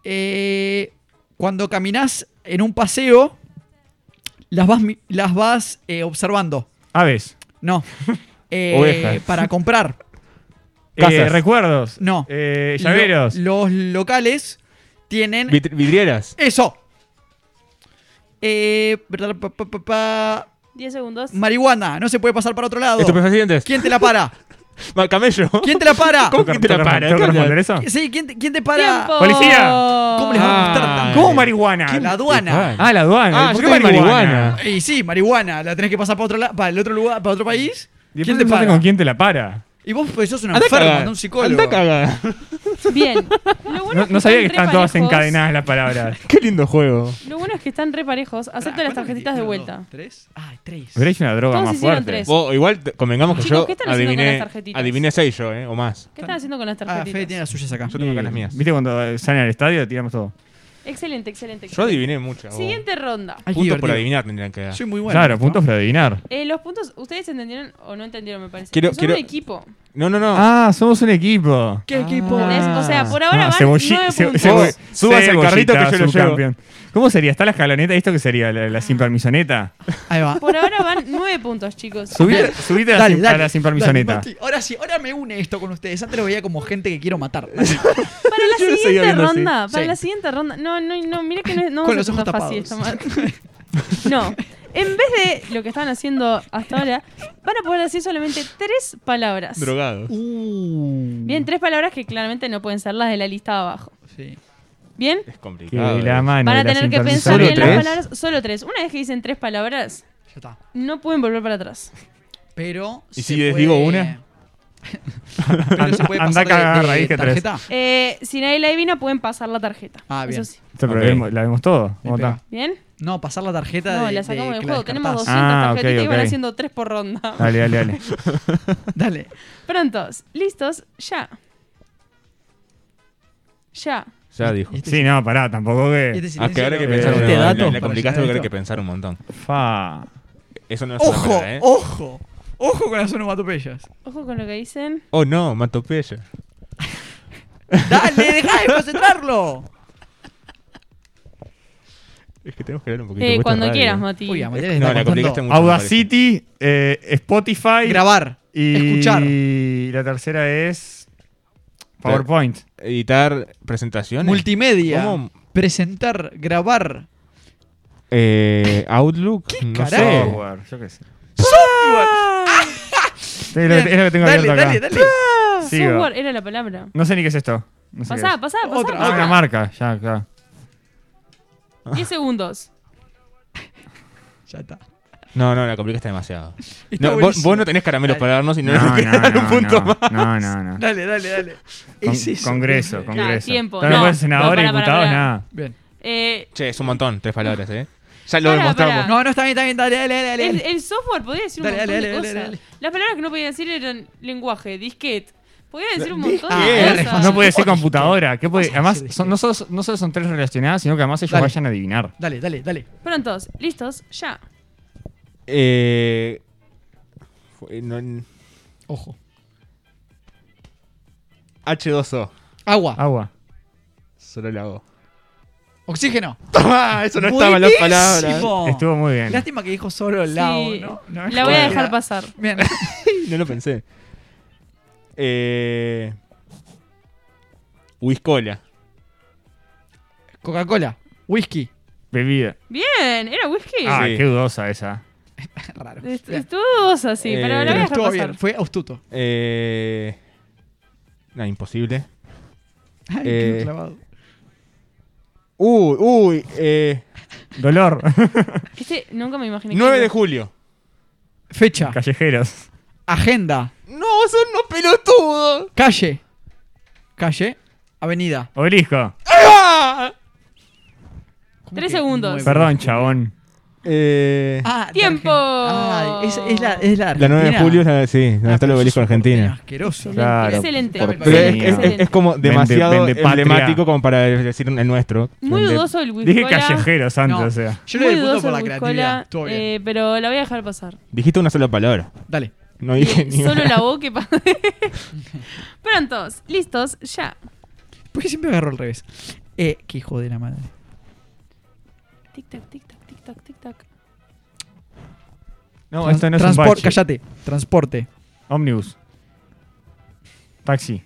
E: Eh, cuando caminás en un paseo, las vas, mi- las vas eh, observando.
D: Aves.
E: No. Eh,
G: Ovejas.
E: Para comprar.
D: Eh,
G: Casas.
D: recuerdos.
E: No.
D: Eh, llaveros.
E: Lo- los locales tienen.
G: Vit- vidrieras.
E: eso. Eh, pa, pa, pa, pa, pa.
F: 10 segundos.
E: marihuana. No se puede pasar para otro lado.
G: Estupefacientes.
E: ¿Quién te la para?
G: Ma- Camello.
E: ¿Quién te la para?
G: ¿Cómo
D: ¿Tengo
G: que te la
D: que-
G: para?
D: tengo que
G: ¿Qué
D: responder
G: hablas?
D: eso?
E: Sí, ¿quién te, quién te para?
F: ¡Tiempo!
D: Policía.
E: ¿Cómo les va a gustar
G: Ah.
E: tanto?
D: ¿Cómo marihuana?
E: La aduana.
D: Ah, la aduana.
G: Ah,
D: ¿Por
G: yo
D: qué
G: creo que
D: marihuana?
G: marihuana.
E: Y sí, marihuana, la tenés que pasar para otro la- para el otro lugar, para otro país. ¿Quién
D: Después
E: te
D: pensate
E: para?
D: con quién te la para.
E: Y vos pues, sos una
G: Andá a
E: enferma,
G: cagar.
E: no un psicólogo.
G: Andá a cagar.
F: Bien. Lo bueno
D: No,
F: es
D: no sabía que
F: están
D: estaban
F: re
D: todas
F: parejos.
D: encadenadas las palabras.
G: Qué lindo juego.
F: Lo bueno es que están re parejos. Acepto
E: Pará,
F: las
E: ¿cuánto
F: tarjetitas
E: metí?
F: de
E: Uno,
F: vuelta.
E: dos, ¿Tres? Ay, tres.
D: Hubiera hecho una droga
F: Todos
D: más
F: hicieron
D: fuerte.
F: tres.
G: Vos, igual te- convengamos que
F: Chicos,
G: yo
F: ¿qué están haciendo con las
G: adiviné,
F: tarjetitas?
G: adiviné seis yo, ¿eh? O más.
F: ¿Qué están haciendo con
E: Ah,
F: las
E: Fede tiene
F: tarjetitas?
E: las suyas acá.
G: Yo tengo acá las mías.
D: ¿Viste cuando eh, salen al estadio? Tiramos todo.
F: Excelente, excelente.
G: Yo
F: excelente.
G: adiviné muchas. vos.
F: Siguiente ronda.
E: Ay, qué
G: Puntos por
E: divertido.
G: adivinar tendrían que dar.
E: Soy muy bueno.
D: claro,
E: ¿no?
D: puntos para adivinar.
F: Eh, los puntos, ¿ustedes entendieron o no entendieron, me parece?
G: Quiero-
F: Son
G: quiero-
F: un equipo.
G: No, no, no.
D: Ah, somos un equipo.
E: ¿Qué equipo?
F: ¿Entendés? O sea, por ahora
D: Ah,
F: van
D: cebolli-
F: nueve
D: ce-
F: puntos.
D: cebo-
G: Vos, subas al carrito que yo lo llevo.
D: subcampeón. ¿Cómo sería? ¿Está la escaloneta? ¿Esto qué sería? ¿La, la sin permisoneta?
E: Ahí va.
F: Por ahora van nueve puntos, chicos.
D: Subite, subite a, la sin, a la sin permisoneta.
E: dale, Mati. ahora sí, ahora me une esto con ustedes. Antes lo veía como gente que quiero matar.
F: Para la
G: Yo lo seguía
F: siguiente
G: viendo así.
F: ronda, para
E: Sí.
F: la siguiente ronda. No, no, no, mira que no, no
E: Con
F: va a
E: los
F: ser
E: ojos
F: tan fácil esto,
E: tapados.
F: Mat. No. En vez de lo que estaban haciendo hasta ahora, van a poder decir solamente tres palabras.
G: Drogado.
E: uh.
F: Bien, tres palabras que claramente no pueden ser las de la lista de abajo.
E: Sí.
F: ¿Bien?
G: Es
D: Que
G: complicado. eh.
D: la mano
F: Van a
D: de la
F: tener que
D: sin
F: pensar
D: permisoneta.
F: bien las
G: ¿Solo
F: palabras. Solo tres. Una vez que dicen tres palabras,
E: Ya está.
F: no pueden volver para atrás.
E: Pero.
G: ¿Y
E: se
G: si les digo una?
E: Pero se puede
D: Andá
E: pasar
D: a cagar,
E: de, de
D: ahí que tres.
E: tarjeta.
F: Eh, si nadie la adivina, pueden pasar la tarjeta.
E: Ah, bien.
F: Eso sí.
D: Esto, pero
G: Ok.
D: vemos- la vemos todo. ¿Cómo
E: pega.
D: está?
F: ¿Bien?
E: No, pasar la tarjeta
F: No,
E: de.
F: la sacamos
E: de
F: del
E: que
F: juego. Tenemos
E: descartás.
F: 200
D: Ah, ok,
F: tarjetitas y van
D: ok.
F: haciendo tres por ronda.
D: Dale, dale, dale.
E: Dale.
F: Prontos, listos, ya. Ya.
G: Ya dijo.
E: este
D: Sí, no, pará, tampoco
E: Y
D: que.
E: este
G: Ah, que
E: silencio
G: ahora hay que
E: lo-
G: pensar
E: este
G: un montón.
E: dato
G: Le
E: para
G: complicaste porque
E: llegar a
G: hay que
E: esto.
G: pensar un montón.
D: Fa.
G: Eso no es una
E: Ojo,
G: palabra, ¿eh?
E: ojo, ojo con las onomatopeyas.
F: Ojo con lo que dicen.
G: Oh, no, Matopeya.
E: Dale, deja de concentrarlo.
G: Es que tenemos que leer un poquito.
F: Eh,
G: cuesta
F: cuando
G: radio.
F: quieras, Mati.
E: Uy, Amalia,
G: No,
E: está
G: la complicaste
E: contando.
G: mucho. me parece.
D: Audacity, eh, Spotify.
E: Grabar,
D: Y
E: escuchar.
D: la tercera es. PowerPoint.
G: Editar presentaciones.
E: Multimedia.
G: ¿Cómo?
E: Presentar, grabar.
G: Eh, Outlook. no
E: carajo?
G: sé.
D: Software, yo qué sé. Ah. Es lo, que- es lo que tengo
E: dale,
D: abierto acá.
E: dale, dale.
D: Sigo.
F: Software era la palabra.
D: No sé ni qué es esto. No sé qué
F: Pasá,
D: es.
F: pasá, pasá.
E: Otra,
D: Ah,
F: pasá.
D: una marca, ya, claro.
F: 10 segundos.
E: Ya está.
G: No, no, la complicaste demasiado.
E: Está
G: No, vos,
E: buenísimo.
G: vos no tenés caramelos
E: Dale.
G: para darnos y no, nos querés dar un punto
D: no,
G: más.
D: No, no, no.
E: Dale, dale, dale.
D: Con-
E: Es eso.
D: congreso,
F: Claro,
D: congreso.
F: tiempo.
D: No, no
F: No,
D: pueden senadores,
F: no, para, para,
D: diputados,
F: para.
D: nada.
E: Bien.
F: Eh,
G: Che, es un montón, tres palabras, ¿eh? Ya lo
F: Pará,
G: demostramos.
F: pará.
E: No, no, está bien, está bien. Dale, dale, dale.
F: el,
E: dale.
F: el software podía decir un
E: Dale,
F: montón
E: dale,
F: de
E: dale,
F: cosas.
E: dale, dale.
F: Las palabras que no podía decir eran lenguaje, disquete. Podía decir un montón
E: Ah, era
F: de cosas.
E: respuesta.
D: No puede ser computadora. ¿Qué puede?
E: Vas a
D: Además,
E: decir
D: son- no, solo, no solo son tres relacionadas, sino que además ellos
E: Dale.
D: vayan a adivinar.
E: Dale, dale, dale.
F: Prontos, listos, ya.
G: Eh, fue- no-
E: Ojo.
G: H2O.
E: Agua,
G: Ah.
D: Agua.
G: Solo la O.
E: oxígeno.
G: ¡Toma! Eso no estaba en las palabras.
E: Buenísimo.
D: Estuvo muy bien.
E: Lástima que dijo solo el lado,
F: Sí,
E: ¿no?
F: La voy a dejar pasar.
E: Bien.
G: No lo pensé. Eh. Whiskola.
E: Coca-Cola, whisky.
D: Bebida.
F: Bien, era whisky.
D: Ah,
G: Sí.
D: qué dudosa esa.
E: Raro.
F: Est-
E: Bien.
F: Estuvo dudosa, así,
G: Eh,
F: pero la voy a
E: Pero
F: dejar
E: estuvo
F: pasar.
E: bien, fue astuto.
G: Eh. No, imposible.
E: Ay,
G: Eh,
E: qué clavado.
G: Uy, uy. Eh,
D: Dolor.
F: Este nunca me imaginé. que
G: 9
F: iba-
G: de julio.
E: Fecha,
D: Callejeros.
E: agenda,
G: No, son unos pelotudos.
E: calle. Calle, avenida.
D: Obelisco.
E: ¿Cómo
F: Tres
E: que
F: segundos.
E: nueve?
D: Perdón, chabón.
G: Eh.
E: Ah, de
F: ¡Tiempo!
E: Argen- Ay, es, es la, es la
G: la 9 de
E: Argentina.
G: julio es la. Sí, donde
E: Ah,
G: está el
E: pero
G: obelisco
E: sos un porteño
G: argentino.
E: Asqueroso.
D: Claro.
F: Excelente.
D: por-
G: Pero es,
D: Sí,
G: es- es- es como
D: Vende-
G: demasiado
D: vende patria.
G: emblemático como para decir el nuestro.
F: Muy
G: Vende-
F: dudoso el whisky.
D: Dije callejeros antes,
E: No.
D: o sea.
E: Yo le doy punto por la creatividad. Estuvo bien.
F: eh, pero la voy a dejar pasar.
G: Dijiste una sola palabra.
E: Dale.
G: No dije ni
F: Solo
G: una.
F: la voz que pasé. Prontos, listos, ya.
E: Porque siempre agarro al revés. Eh, qué hijo de la madre.
F: Tic tac, tic tac, tic tac, tic tac.
D: No, esto no es un
E: Transpor-
D: bache.
E: Cállate. Transporte.
D: Omnibus. Taxi.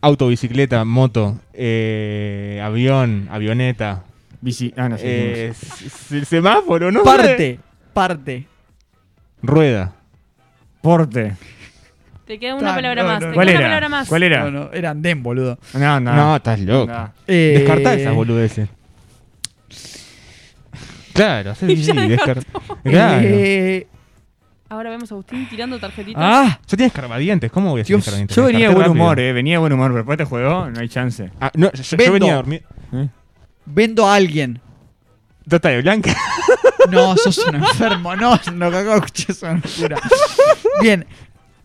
G: Auto, bicicleta, moto, eh, avión, avioneta,
D: Bici. Ah, no sé.
G: eh, s- s- semáforo, ¿no? sé.
E: Parte. Parte.
G: Rueda.
D: Porte.
F: Te queda una
E: Tan,
F: palabra
E: no,
F: más.
E: no,
F: te
D: ¿Cuál
F: queda una
D: era?
F: palabra más.
D: ¿Cuál
E: No,
D: era?
E: no, era andén, boludo.
D: No, no.
G: No, estás loco.
D: no.
E: Eh,
G: Descartá esas boludeces. Claro, hace sí, descartá. Claro.
E: Eh,
F: Ahora vemos a Agustín tirando tarjetitas.
E: ah,
G: Yo tenía escarbadientes, ¿cómo voy a hacer
E: Dios,
G: escarbadientes?
D: Yo venía de buen
G: Descarté
D: humor,
G: rápido.
D: eh. Venía de buen humor, pero después te juego, no hay chance.
G: Ah, no, yo, yo
E: Vendo.
G: venía a dormir.
E: vendo a alguien.
G: Trata de blanca.
E: No, sos un enfermo. No, no cago escuché esa locura. Bien.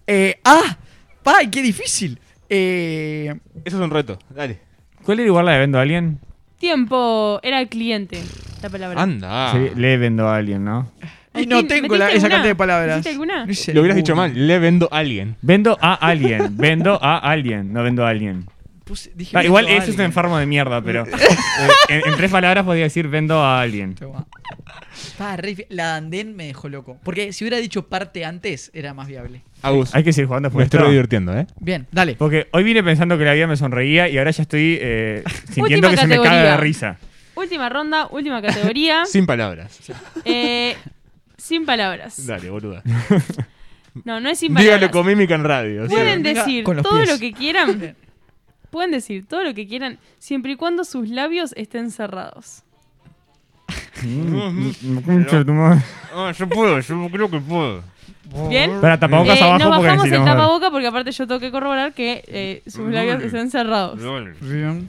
E: Eh, ah, ¡Ay, qué difícil. Eh,
G: Eso es un reto. Dale.
D: ¿Cuál era igual la de vendo a alguien?
F: Tiempo. Era cliente. La palabra.
E: Ah,
G: Anda.
D: Sí, le vendo a alguien, ¿no?
E: y
F: Agustín,
E: no tengo la-
F: ¿metiste
E: esa
F: alguna?
E: cantidad de palabras.
F: ¿Metiste alguna?
E: No hice
G: Lo hubieras dicho
E: ninguna.
G: mal. Le vendo a alguien.
D: Vendo a alguien, vendo a alguien, no vendo a alguien.
E: Puse- dije
D: Ah,
E: vendo
D: igual
E: a
D: eso es un
E: alguien.
D: enfermo de mierda, pero eh, en, en tres palabras podía decir vendo a alguien.
E: Toma. Estaba re difí- La de andén me dejó loco. Porque si hubiera dicho parte antes, era más viable.
G: Agus.
D: Hay que seguir jugando
G: Me
D: por
G: estoy
D: esto.
G: divirtiendo, ¿eh?
E: Bien, dale.
D: Porque hoy vine pensando que la vida me sonreía y ahora ya estoy eh, sintiendo
F: Última
D: que se me caga
F: categoría.
D: de risa.
F: Última ronda, última categoría.
D: Ah.
G: Sin palabras.
F: Eh, sin palabras.
G: Dale, boluda.
F: No, no es sin palabras.
G: Dígalo con mímica en radio. sí.
F: Pueden
E: Venga,
F: decir
E: con los
F: todo
E: pies.
F: lo que quieran. Pueden decir todo lo que quieran, siempre y cuando sus labios estén cerrados.
G: Mm, Ah, yo puedo, yo creo que puedo.
F: ¿Bien?
D: Para tapabocas
F: Eh,
D: Oh. abajo
F: no
D: porque
F: bajamos el
D: necesitamos.
F: tapaboca porque aparte yo tengo que corroborar que eh, sus labios estén cerrados.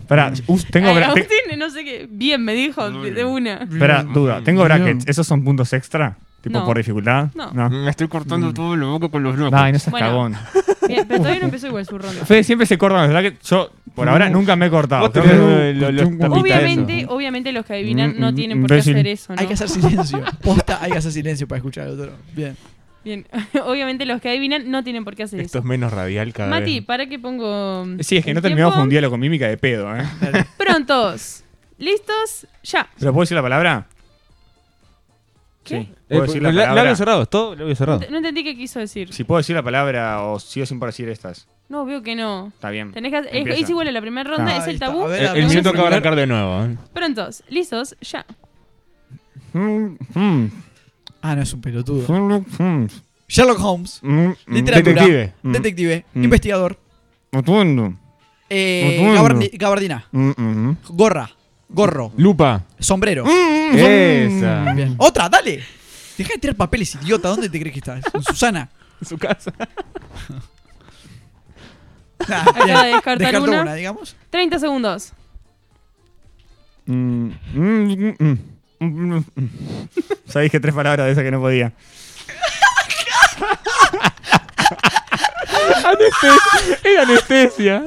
D: Pará, us, tengo,
F: Ay,
D: bra- te-
F: Agustín, no sé qué. Bien, me dijo de de una.
D: pará, duda, tengo brackets, ¿esos son puntos extra? Tipo,
F: No.
D: por dificultad.
F: No.
G: Ah.
D: Me estoy
G: Mm.
D: cortando todo lo boca con los locos. Ay, no seas
F: Bueno.
D: cagón.
F: Bien, pero todavía no empezó igual su ronda.
D: Fede siempre se corta, la verdad que yo por ahora nunca me he cortado.
G: Vos tenés lo- lo- los tapitas
F: Obviamente, obviamente los que adivinan
D: Mm,
F: no
D: mm,
F: tienen por qué
D: imbécil.
F: hacer eso, ¿no?
E: Hay que hacer silencio. Posta, hay que hacer silencio para escuchar al otro. Bien.
F: Bien, obviamente los que adivinan no tienen por qué hacer eso.
G: Esto es menos radial cada
F: Mati,
G: vez.
F: ¿para qué pongo
D: Sí, es que
F: el
D: no terminamos
F: tiempo?
D: un diálogo con mímica de pedo, ¿eh?
F: Prontos. ¿Listos? Ya.
D: ¿Pero puedo decir la palabra?
F: ¿Qué?
D: Sí. ¿Puedo
G: Eh,
D: decir la
G: la-
D: palabra?
G: labios cerrados, todo labios cerrados.
F: No entendí qué quiso decir.
D: Si puedo decir la palabra o sigo sin por decir estas.
F: No, veo que no.
D: Está bien.
F: Tenés que hacer- es,
D: Empieza.
F: es igual a la primera ronda,
E: Ah,
F: es
E: ahí
F: el
E: está.
F: tabú.
E: A ver,
G: El,
E: a
G: el
E: ver.
G: minuto que va a arrancar de nuevo. ¿eh?
F: Prontos, listos, ya.
D: Mm, mm,
E: Ah, no, es un pelotudo.
D: mm, mm,
E: Sherlock Holmes,
D: mm,
E: literatura,
G: detective.
E: detective,
D: Mm. Mm.
E: investigador,
D: rotundo,
E: eh,
D: Rotundo.
E: gabardi- gabardina,
D: mm, mm, mm.
E: gorra, gorro,
G: Lupa.
E: sombrero.
G: Esa.
E: Bien. Otra, dale. Deja de tirar papeles, idiota. ¿Dónde te crees que estás? En Susana.
G: En su casa.
E: Ah,
F: Acaba de
E: bien.
F: descartar
E: Descarto
F: una.
E: una, digamos.
F: 30 segundos.
D: Mm, mm, mm, mm, mm, mm. Ya dije tres palabras de esas que no podía.
G: Es anestesia.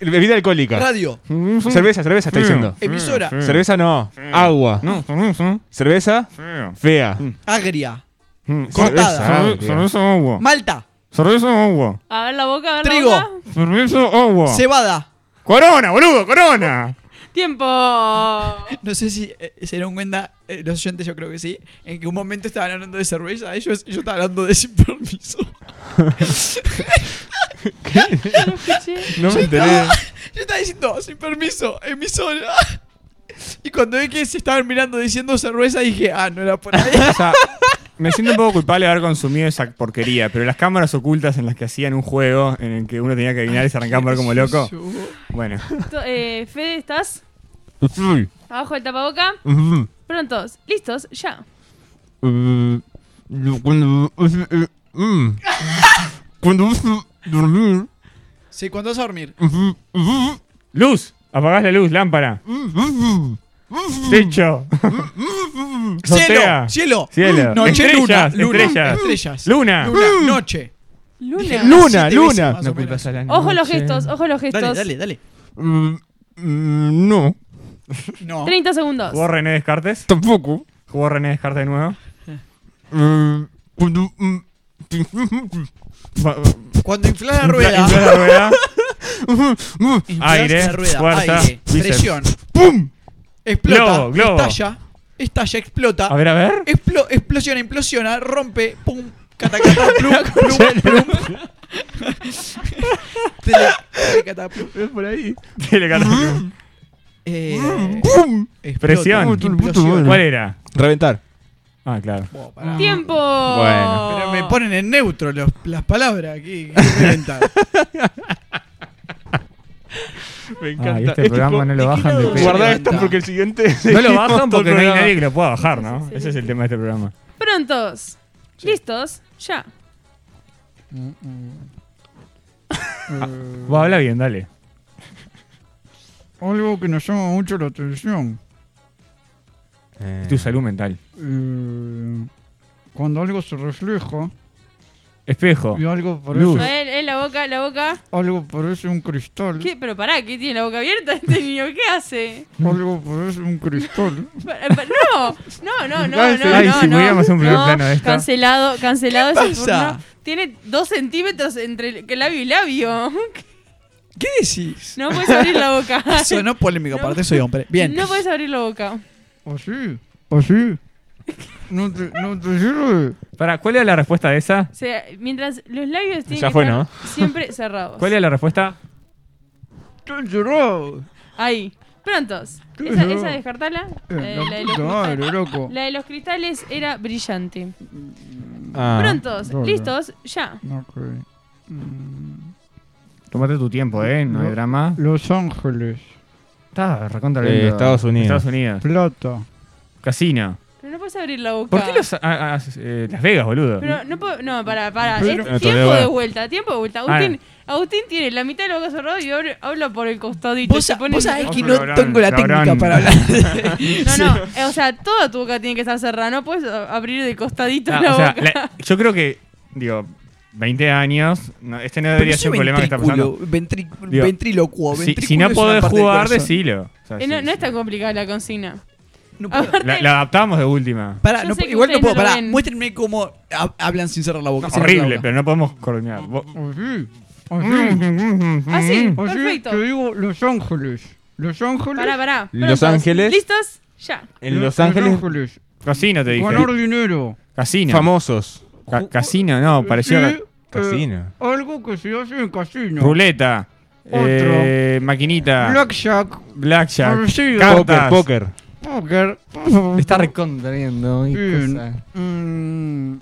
G: Bebida alcohólica.
E: Radio,
G: Cerveza, cerveza, está diciendo.
E: emisora,
G: Cerveza no. Mm. Agua. Cerveza fea.
D: Mm.
E: agria,
G: Cerveza,
D: Ah,
E: Cortada.
G: agria.
D: Cerveza agua.
E: malta,
D: Cerveza agua.
F: A ver la boca, a ver
E: Trigo.
F: la boca.
D: Cerveza agua.
E: cebada.
D: Corona, boludo, corona.
F: Tiempo.
E: No sé si eh, se dieron cuenta, eh, los oyentes yo creo que sí, en que un momento estaban hablando de cerveza, ellos, yo estaba hablando de sin permiso.
F: Ya lo escuché.
G: No me enteré.
E: Yo estaba diciendo, "Oh, sin permiso, emisora. Y cuando vi que se estaban mirando diciendo cerveza, dije, ah, no era por ahí.
D: O sea, me siento un poco culpable de haber consumido esa porquería, pero las cámaras ocultas en las que hacían un juego en el que uno tenía que adivinar y se arrancaban por como loco. Bueno,
F: To- eh, Fede, ¿estás? Abajo del tapaboca.
G: Mm.
F: Prontos, listos, ya.
G: Cuando cuando dormir
E: Sí, cuando vas a dormir.
D: luz, apagás la luz, lámpara,
G: mm.
E: Mm.
D: techo,
E: Cielo,
D: Sortea.
E: mm, cielo.
D: cielo,
E: Noche,
D: estrellas,
E: luna, luna,
D: estrellas,
E: estrellas.
D: luna.
E: Luna,
G: Mm.
E: noche.
F: Luna.
E: Siete veces más o
D: No
E: menos.
D: culpas a la
F: Ojo los
D: noche.
F: gestos, ojo los gestos.
E: Dale, dale, dale.
G: Mm, no
E: No.
F: 30 segundos.
D: ¿Jugó René Descartes?
G: tampoco Mm.
D: ¿Jugó René Descartes de nuevo?
G: cuando
E: Cuando inflas la rueda,
D: Infla la rueda.
E: inflas
D: Aire,
E: la rueda,
D: fuerza,
E: aire,
D: bíceps.
E: presión. ¡Pum! Explota,
D: Globo, globo.
E: estalla, estalla, explota.
D: A ver, a ver.
E: Explo- explosiona, implosiona, rompe, pum, catacata, plum, plum, plum. Tele- telecata, plum.
G: por ahí
D: Telecartón.
E: Mm. Eh, explota,
D: Presión.
E: implosiona.
D: ¿Cuál era?
G: reventar
D: Ah, claro.
E: Oh, pará.
F: Tiempo.
G: Bueno.
D: Ah.
E: Pero me ponen en neutro los- las palabras. ¿Qué, qué reventar?
G: me
D: Ay, este programa no lo bajan de pedo.
G: guardar esto porque el siguiente
D: No lo bajan
G: todo el
D: porque no hay
G: programa.
D: nadie que lo pueda bajar, ¿no?
F: Sí, sí,
D: Ese es el tema de este programa.
F: Prontos, listos, ya.
D: Vos habla bien, dale.
E: Algo que nos llama mucho la atención.
D: Tu salud mental.
E: Eh, cuando algo se refleja
D: Espejo.
E: algo
D: Luz.
F: A ver, eh, la boca, la boca.
E: algo parece un cristal.
F: ¿Qué? Pero pará, ¿qué tiene la boca abierta este niño? ¿Qué hace?
E: Algo
D: Pues
E: parece un cristal.
F: Pa- pa- No, no, no, no, no, no.
D: Ay, si
F: no,
D: pudiéramos hacer un primer
F: no,
D: plano de esto.
F: Cancelado, cancelado
E: ¿Qué
F: ese
E: pasa?
F: turno. Tiene dos centímetros entre el- que labio y labio.
E: ¿Qué decís?
F: No puedes abrir la boca.
E: Sonó polémico,
F: No.
E: aparte soy hombre. Bien.
F: No pues, puedes abrir la boca.
E: Así, así. No te, no
D: pues,
E: te sirve.
D: Para, ¿cuál era la respuesta de esa?
F: O sea, mientras los labios tienen
G: Ya
F: que
G: fue,
F: estar
G: ¿no?
F: siempre cerrados.
D: ¿Cuál era la respuesta?
F: Ahí. Prontos. Esa, esa descartala.
D: Eh,
F: La de- la de los cristales.
E: loco.
F: La de los cristales era brillante.
G: Ah.
F: Prontos,
E: Dale.
F: listos, ya.
D: Tómate tu tiempo, ¿eh? No hay
E: No.
D: drama.
E: Los Ángeles,
D: Está recontra
G: Eh,
D: lindo.
G: Estados Unidos.
D: Estados Unidos.
E: plata.
D: Casino.
F: Pero no puedes abrir la boca.
D: ¿Por qué los, a- a- a- eh, Las Vegas, boludo?
F: Pero no puedo. No, para, para.
D: Pero-
F: Es
D: No, todavía
F: tiempo
D: va.
F: de vuelta, tiempo de vuelta.
D: Ah.
F: Agustín, Agustín tiene la mitad de la boca cerrada y abre- habla por el costadito.
E: Vos
F: se
E: sa-
F: pone-
E: vos sabés que
D: Ojo,
E: no
D: Laurán,
E: tengo la técnica
D: Laurán.
E: para hablar.
F: No, no. eh, O sea, toda tu boca tiene que estar cerrada. No puedes a- abrir de costadito
D: Ah,
F: la
D: o sea,
F: boca.
D: la- yo creo que, digo, 20 años, no, este no debería ser un problema que está pasando. Digo,
E: Ventrilocuo.
D: Si, si no podés jugar, decilo. O sea,
F: Eh,
D: sí,
F: no, no
D: sí.
F: es tan complicada la consigna.
E: No
D: La, la adaptamos de última.
E: Pará,
F: Yo
E: no
F: sé
E: pu-
F: que
E: igual no
F: ustedes
E: puedo.
F: no lo
E: Pará,
F: ven.
E: muéstrenme cómo hab- hablan sin cerrar la boca.
D: No,
E: sin cerrar la
D: horrible,
E: boca.
D: pero no podemos coordinar. Vos-
F: Ah, sí,
D: mm.
F: perfecto.
E: digo Los Ángeles. Los Ángeles.
F: Pará, pará.
G: Los
F: Prontos.
G: Ángeles.
F: ¿Listos? Ya.
G: En Los Ángeles,
D: Casino te dije.
E: dinero.
D: Casino.
G: famosos.
D: Ca- casino, no, pareció. ca-
G: Casino.
E: Algo que se hace en casino.
D: Ruleta.
E: Otro.
D: eh, maquinita.
E: Blackjack.
D: Blackjack.
E: Torcido.
D: Cartas.
G: Póker, póker.
E: Poker.
D: Está recontrayendo.
E: Sí.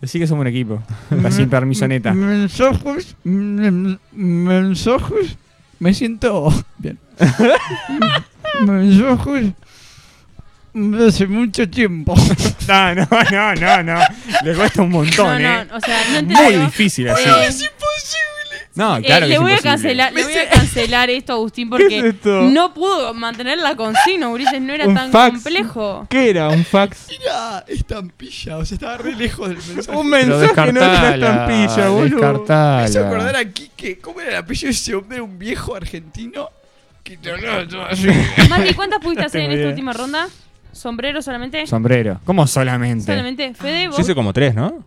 D: Decí que somos un equipo.
E: Mm,
D: Está sin permiso neta.
E: Mensajes. Mensajes. mm, Me siento bien. Mensajes. Hace mucho tiempo.
D: No, no, no, no, no. Le cuesta un
F: No,
D: montón,
F: no,
D: eh.
F: o sea, no entiendo.
D: Muy difícil así. No,
F: Eh,
D: claro que
F: le
D: es
F: voy a
D: imposible.
F: cancelar, le voy a cancelar esto a Agustín porque
G: es esto?
F: no pudo mantener la consigna, Ulises, no era
G: Un
F: tan
G: fax.
F: complejo.
G: ¿Qué era? ¿Un fax?
E: Mira, estampilla. O sea, estaba re lejos del mensaje.
G: Un
D: Pero
G: mensaje no es una
D: descartala,
G: estampilla, boludo.
D: descartala.
E: Me hizo acordar a Quique. ¿Cómo era el apellido de ese hombre? Un viejo argentino. Que te hablaba todo así.
F: Mati, ¿cuántas pudiste hacer en
D: tengo
F: esta
D: idea.
F: última ronda? ¿Sombrero solamente?
D: Sombrero. ¿Cómo solamente?
F: ¿Solamente? ¿Fede? ¿Vos?
G: Yo hice como tres, ¿no?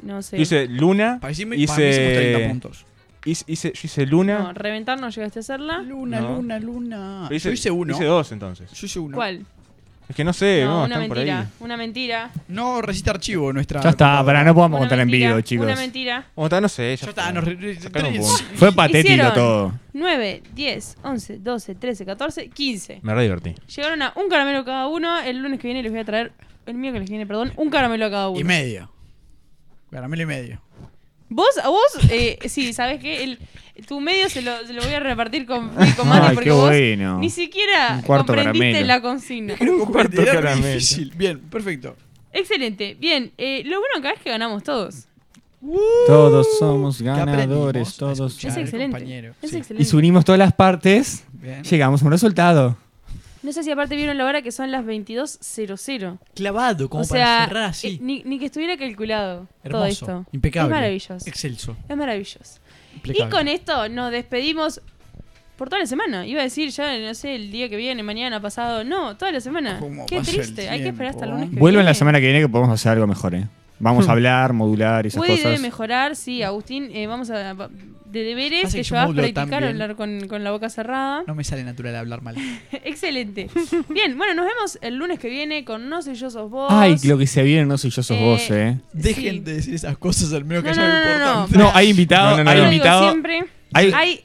F: No sé.
G: Hice Luna.
E: Para decirme, para mí hicimos 30
G: Hice.
E: puntos.
G: hice- hice- Yo hice
F: No,
G: Luna.
F: reventar no llegaste a hacerla.
E: Luna,
G: No.
E: luna, luna.
G: Pero
E: Yo hice uno.
G: Hice dos entonces.
E: Yo hice uno.
F: ¿Cuál?
G: Es que no sé,
F: no,
G: no,
F: una
G: están por ahí.
F: mentira, una mentira.
E: No recita archivo nuestra.
D: Ya está,
E: computadora.
D: para no podamos
F: una
D: contar en
F: mentira,
D: vivo, chicos.
F: Una mentira.
G: O está, no sé.
E: Ya está, nos re- re-
G: Sacaron un
E: tres.
G: punto.
D: Fue patético
F: Hicieron
D: todo.
F: 9, 10, 11, 12, 13, 14, 15.
G: Me re divertí.
F: Llegaron a un caramelo cada uno. El lunes que viene les voy a traer, el mío que les viene, perdón, un caramelo a cada uno.
E: Y medio. Caramelo y medio.
F: Vos, a vos, eh, sí, ¿sabés qué? El, tu medio se lo, se lo voy a repartir con, con Mati
D: Ay,
F: porque
D: qué
F: vos
D: bueno.
F: ni siquiera
D: Un cuarto
F: comprendiste
D: caramelo.
F: la consigna.
E: Era muy
G: caramelo.
E: difícil. Bien, perfecto.
F: Excelente. Bien, eh, lo bueno acá es que ganamos todos.
D: Todos somos
E: ¿Qué aprendimos
D: ganadores,
E: a
D: todos.
E: escuchar,
F: Es excelente.
E: compañero?
F: Es
E: Sí.
D: Y
F: excelente.
D: subimos todas las partes,
E: Bien.
D: llegamos a un resultado.
F: No sé si aparte vieron la hora que son las 22.00.
E: Clavado, como
F: o
E: para
F: sea,
E: cerrar
F: eh,
E: así.
F: ni, ni que estuviera calculado todo
E: Hermoso.
F: esto.
E: Impecable.
F: Es maravilloso.
E: Excelso.
F: Es maravilloso.
E: Impecable.
F: Y con esto nos despedimos por toda la semana. Iba a decir ya, no sé, el día que viene, mañana, pasado. No, toda la semana.
E: ¿Cómo
F: Qué
E: pasa el
F: triste. Hay que esperar hasta el
E: tiempo?
F: lunes. Que
D: Vuelvan
F: viene.
D: la semana que viene que podemos hacer algo mejor, ¿eh? Vamos a hablar, modular y esas
F: Puede y debe
D: cosas.
F: mejorar, sí, Agustín. eh, vamos a. va- De deberes
E: Pasa
F: que
E: que yo
F: llevas
E: modulo
F: practicar
E: también.
F: hablar con, con la boca cerrada.
E: No me sale natural hablar mal.
F: Excelente. Bien, bueno, nos vemos el lunes que viene con No sé yo sos vos.
D: Ay, lo que se viene no sé yo sos
F: Eh,
D: vos, ¿eh?
F: Sí.
E: Dejen de decir esas cosas, al menos que
F: No,
E: haya algo
F: no, no, no, no.
E: importante.
D: No, hay invitado,
G: No, no, no,
D: hay
F: Yo
G: no.
F: lo digo
D: invitado
F: siempre.
D: hay-
F: Hay...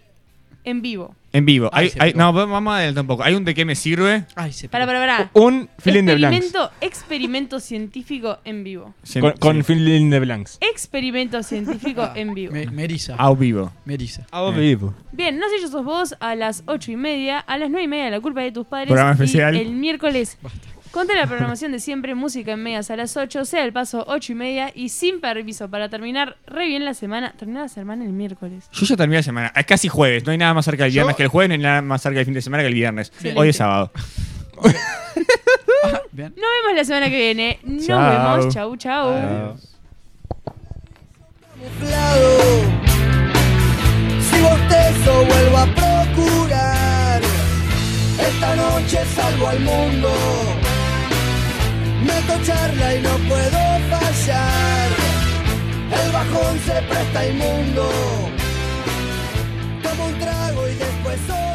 F: en vivo.
D: en vivo.
E: Ay,
D: Hay-
E: se
D: hay-
E: picó.
D: no, vamos a adelantar un poco. Hay un de qué me sirve.
E: Ay, se
F: Para, para, para.
G: Un filín de blancs.
F: Experimento, experimento científico en vivo.
G: Con, con filín de blancs.
F: Experimento científico en vivo.
E: Me, me eriza.
D: Au vivo.
E: Me eriza.
G: Ah,
D: Eh.
G: vivo.
F: Bien, no sé yo sos vos a las ocho y media, a las nueve y media la culpa de tus padres.
D: Programa
F: y
D: especial.
F: El miércoles. Contra la programación de siempre, música en medias a las 8, sea el paso ocho y media y sin permiso para terminar re bien la semana. Terminar la semana el miércoles.
D: Yo ya terminé la semana. Es casi jueves. No hay nada más cerca del viernes
E: Yo-
D: que el jueves, no hay nada más cerca del fin de semana que el viernes. Hoy es sábado.
E: Bien.
F: Nos vemos la semana que viene. Nos
D: Chao.
F: vemos. Chau, chau.
B: camuflado. Si bostezo vuelvo a procurar, esta noche salvo al mundo. Meto charla y no puedo fallar. El bajón se presta inmundo. Tomo un trago y después soy.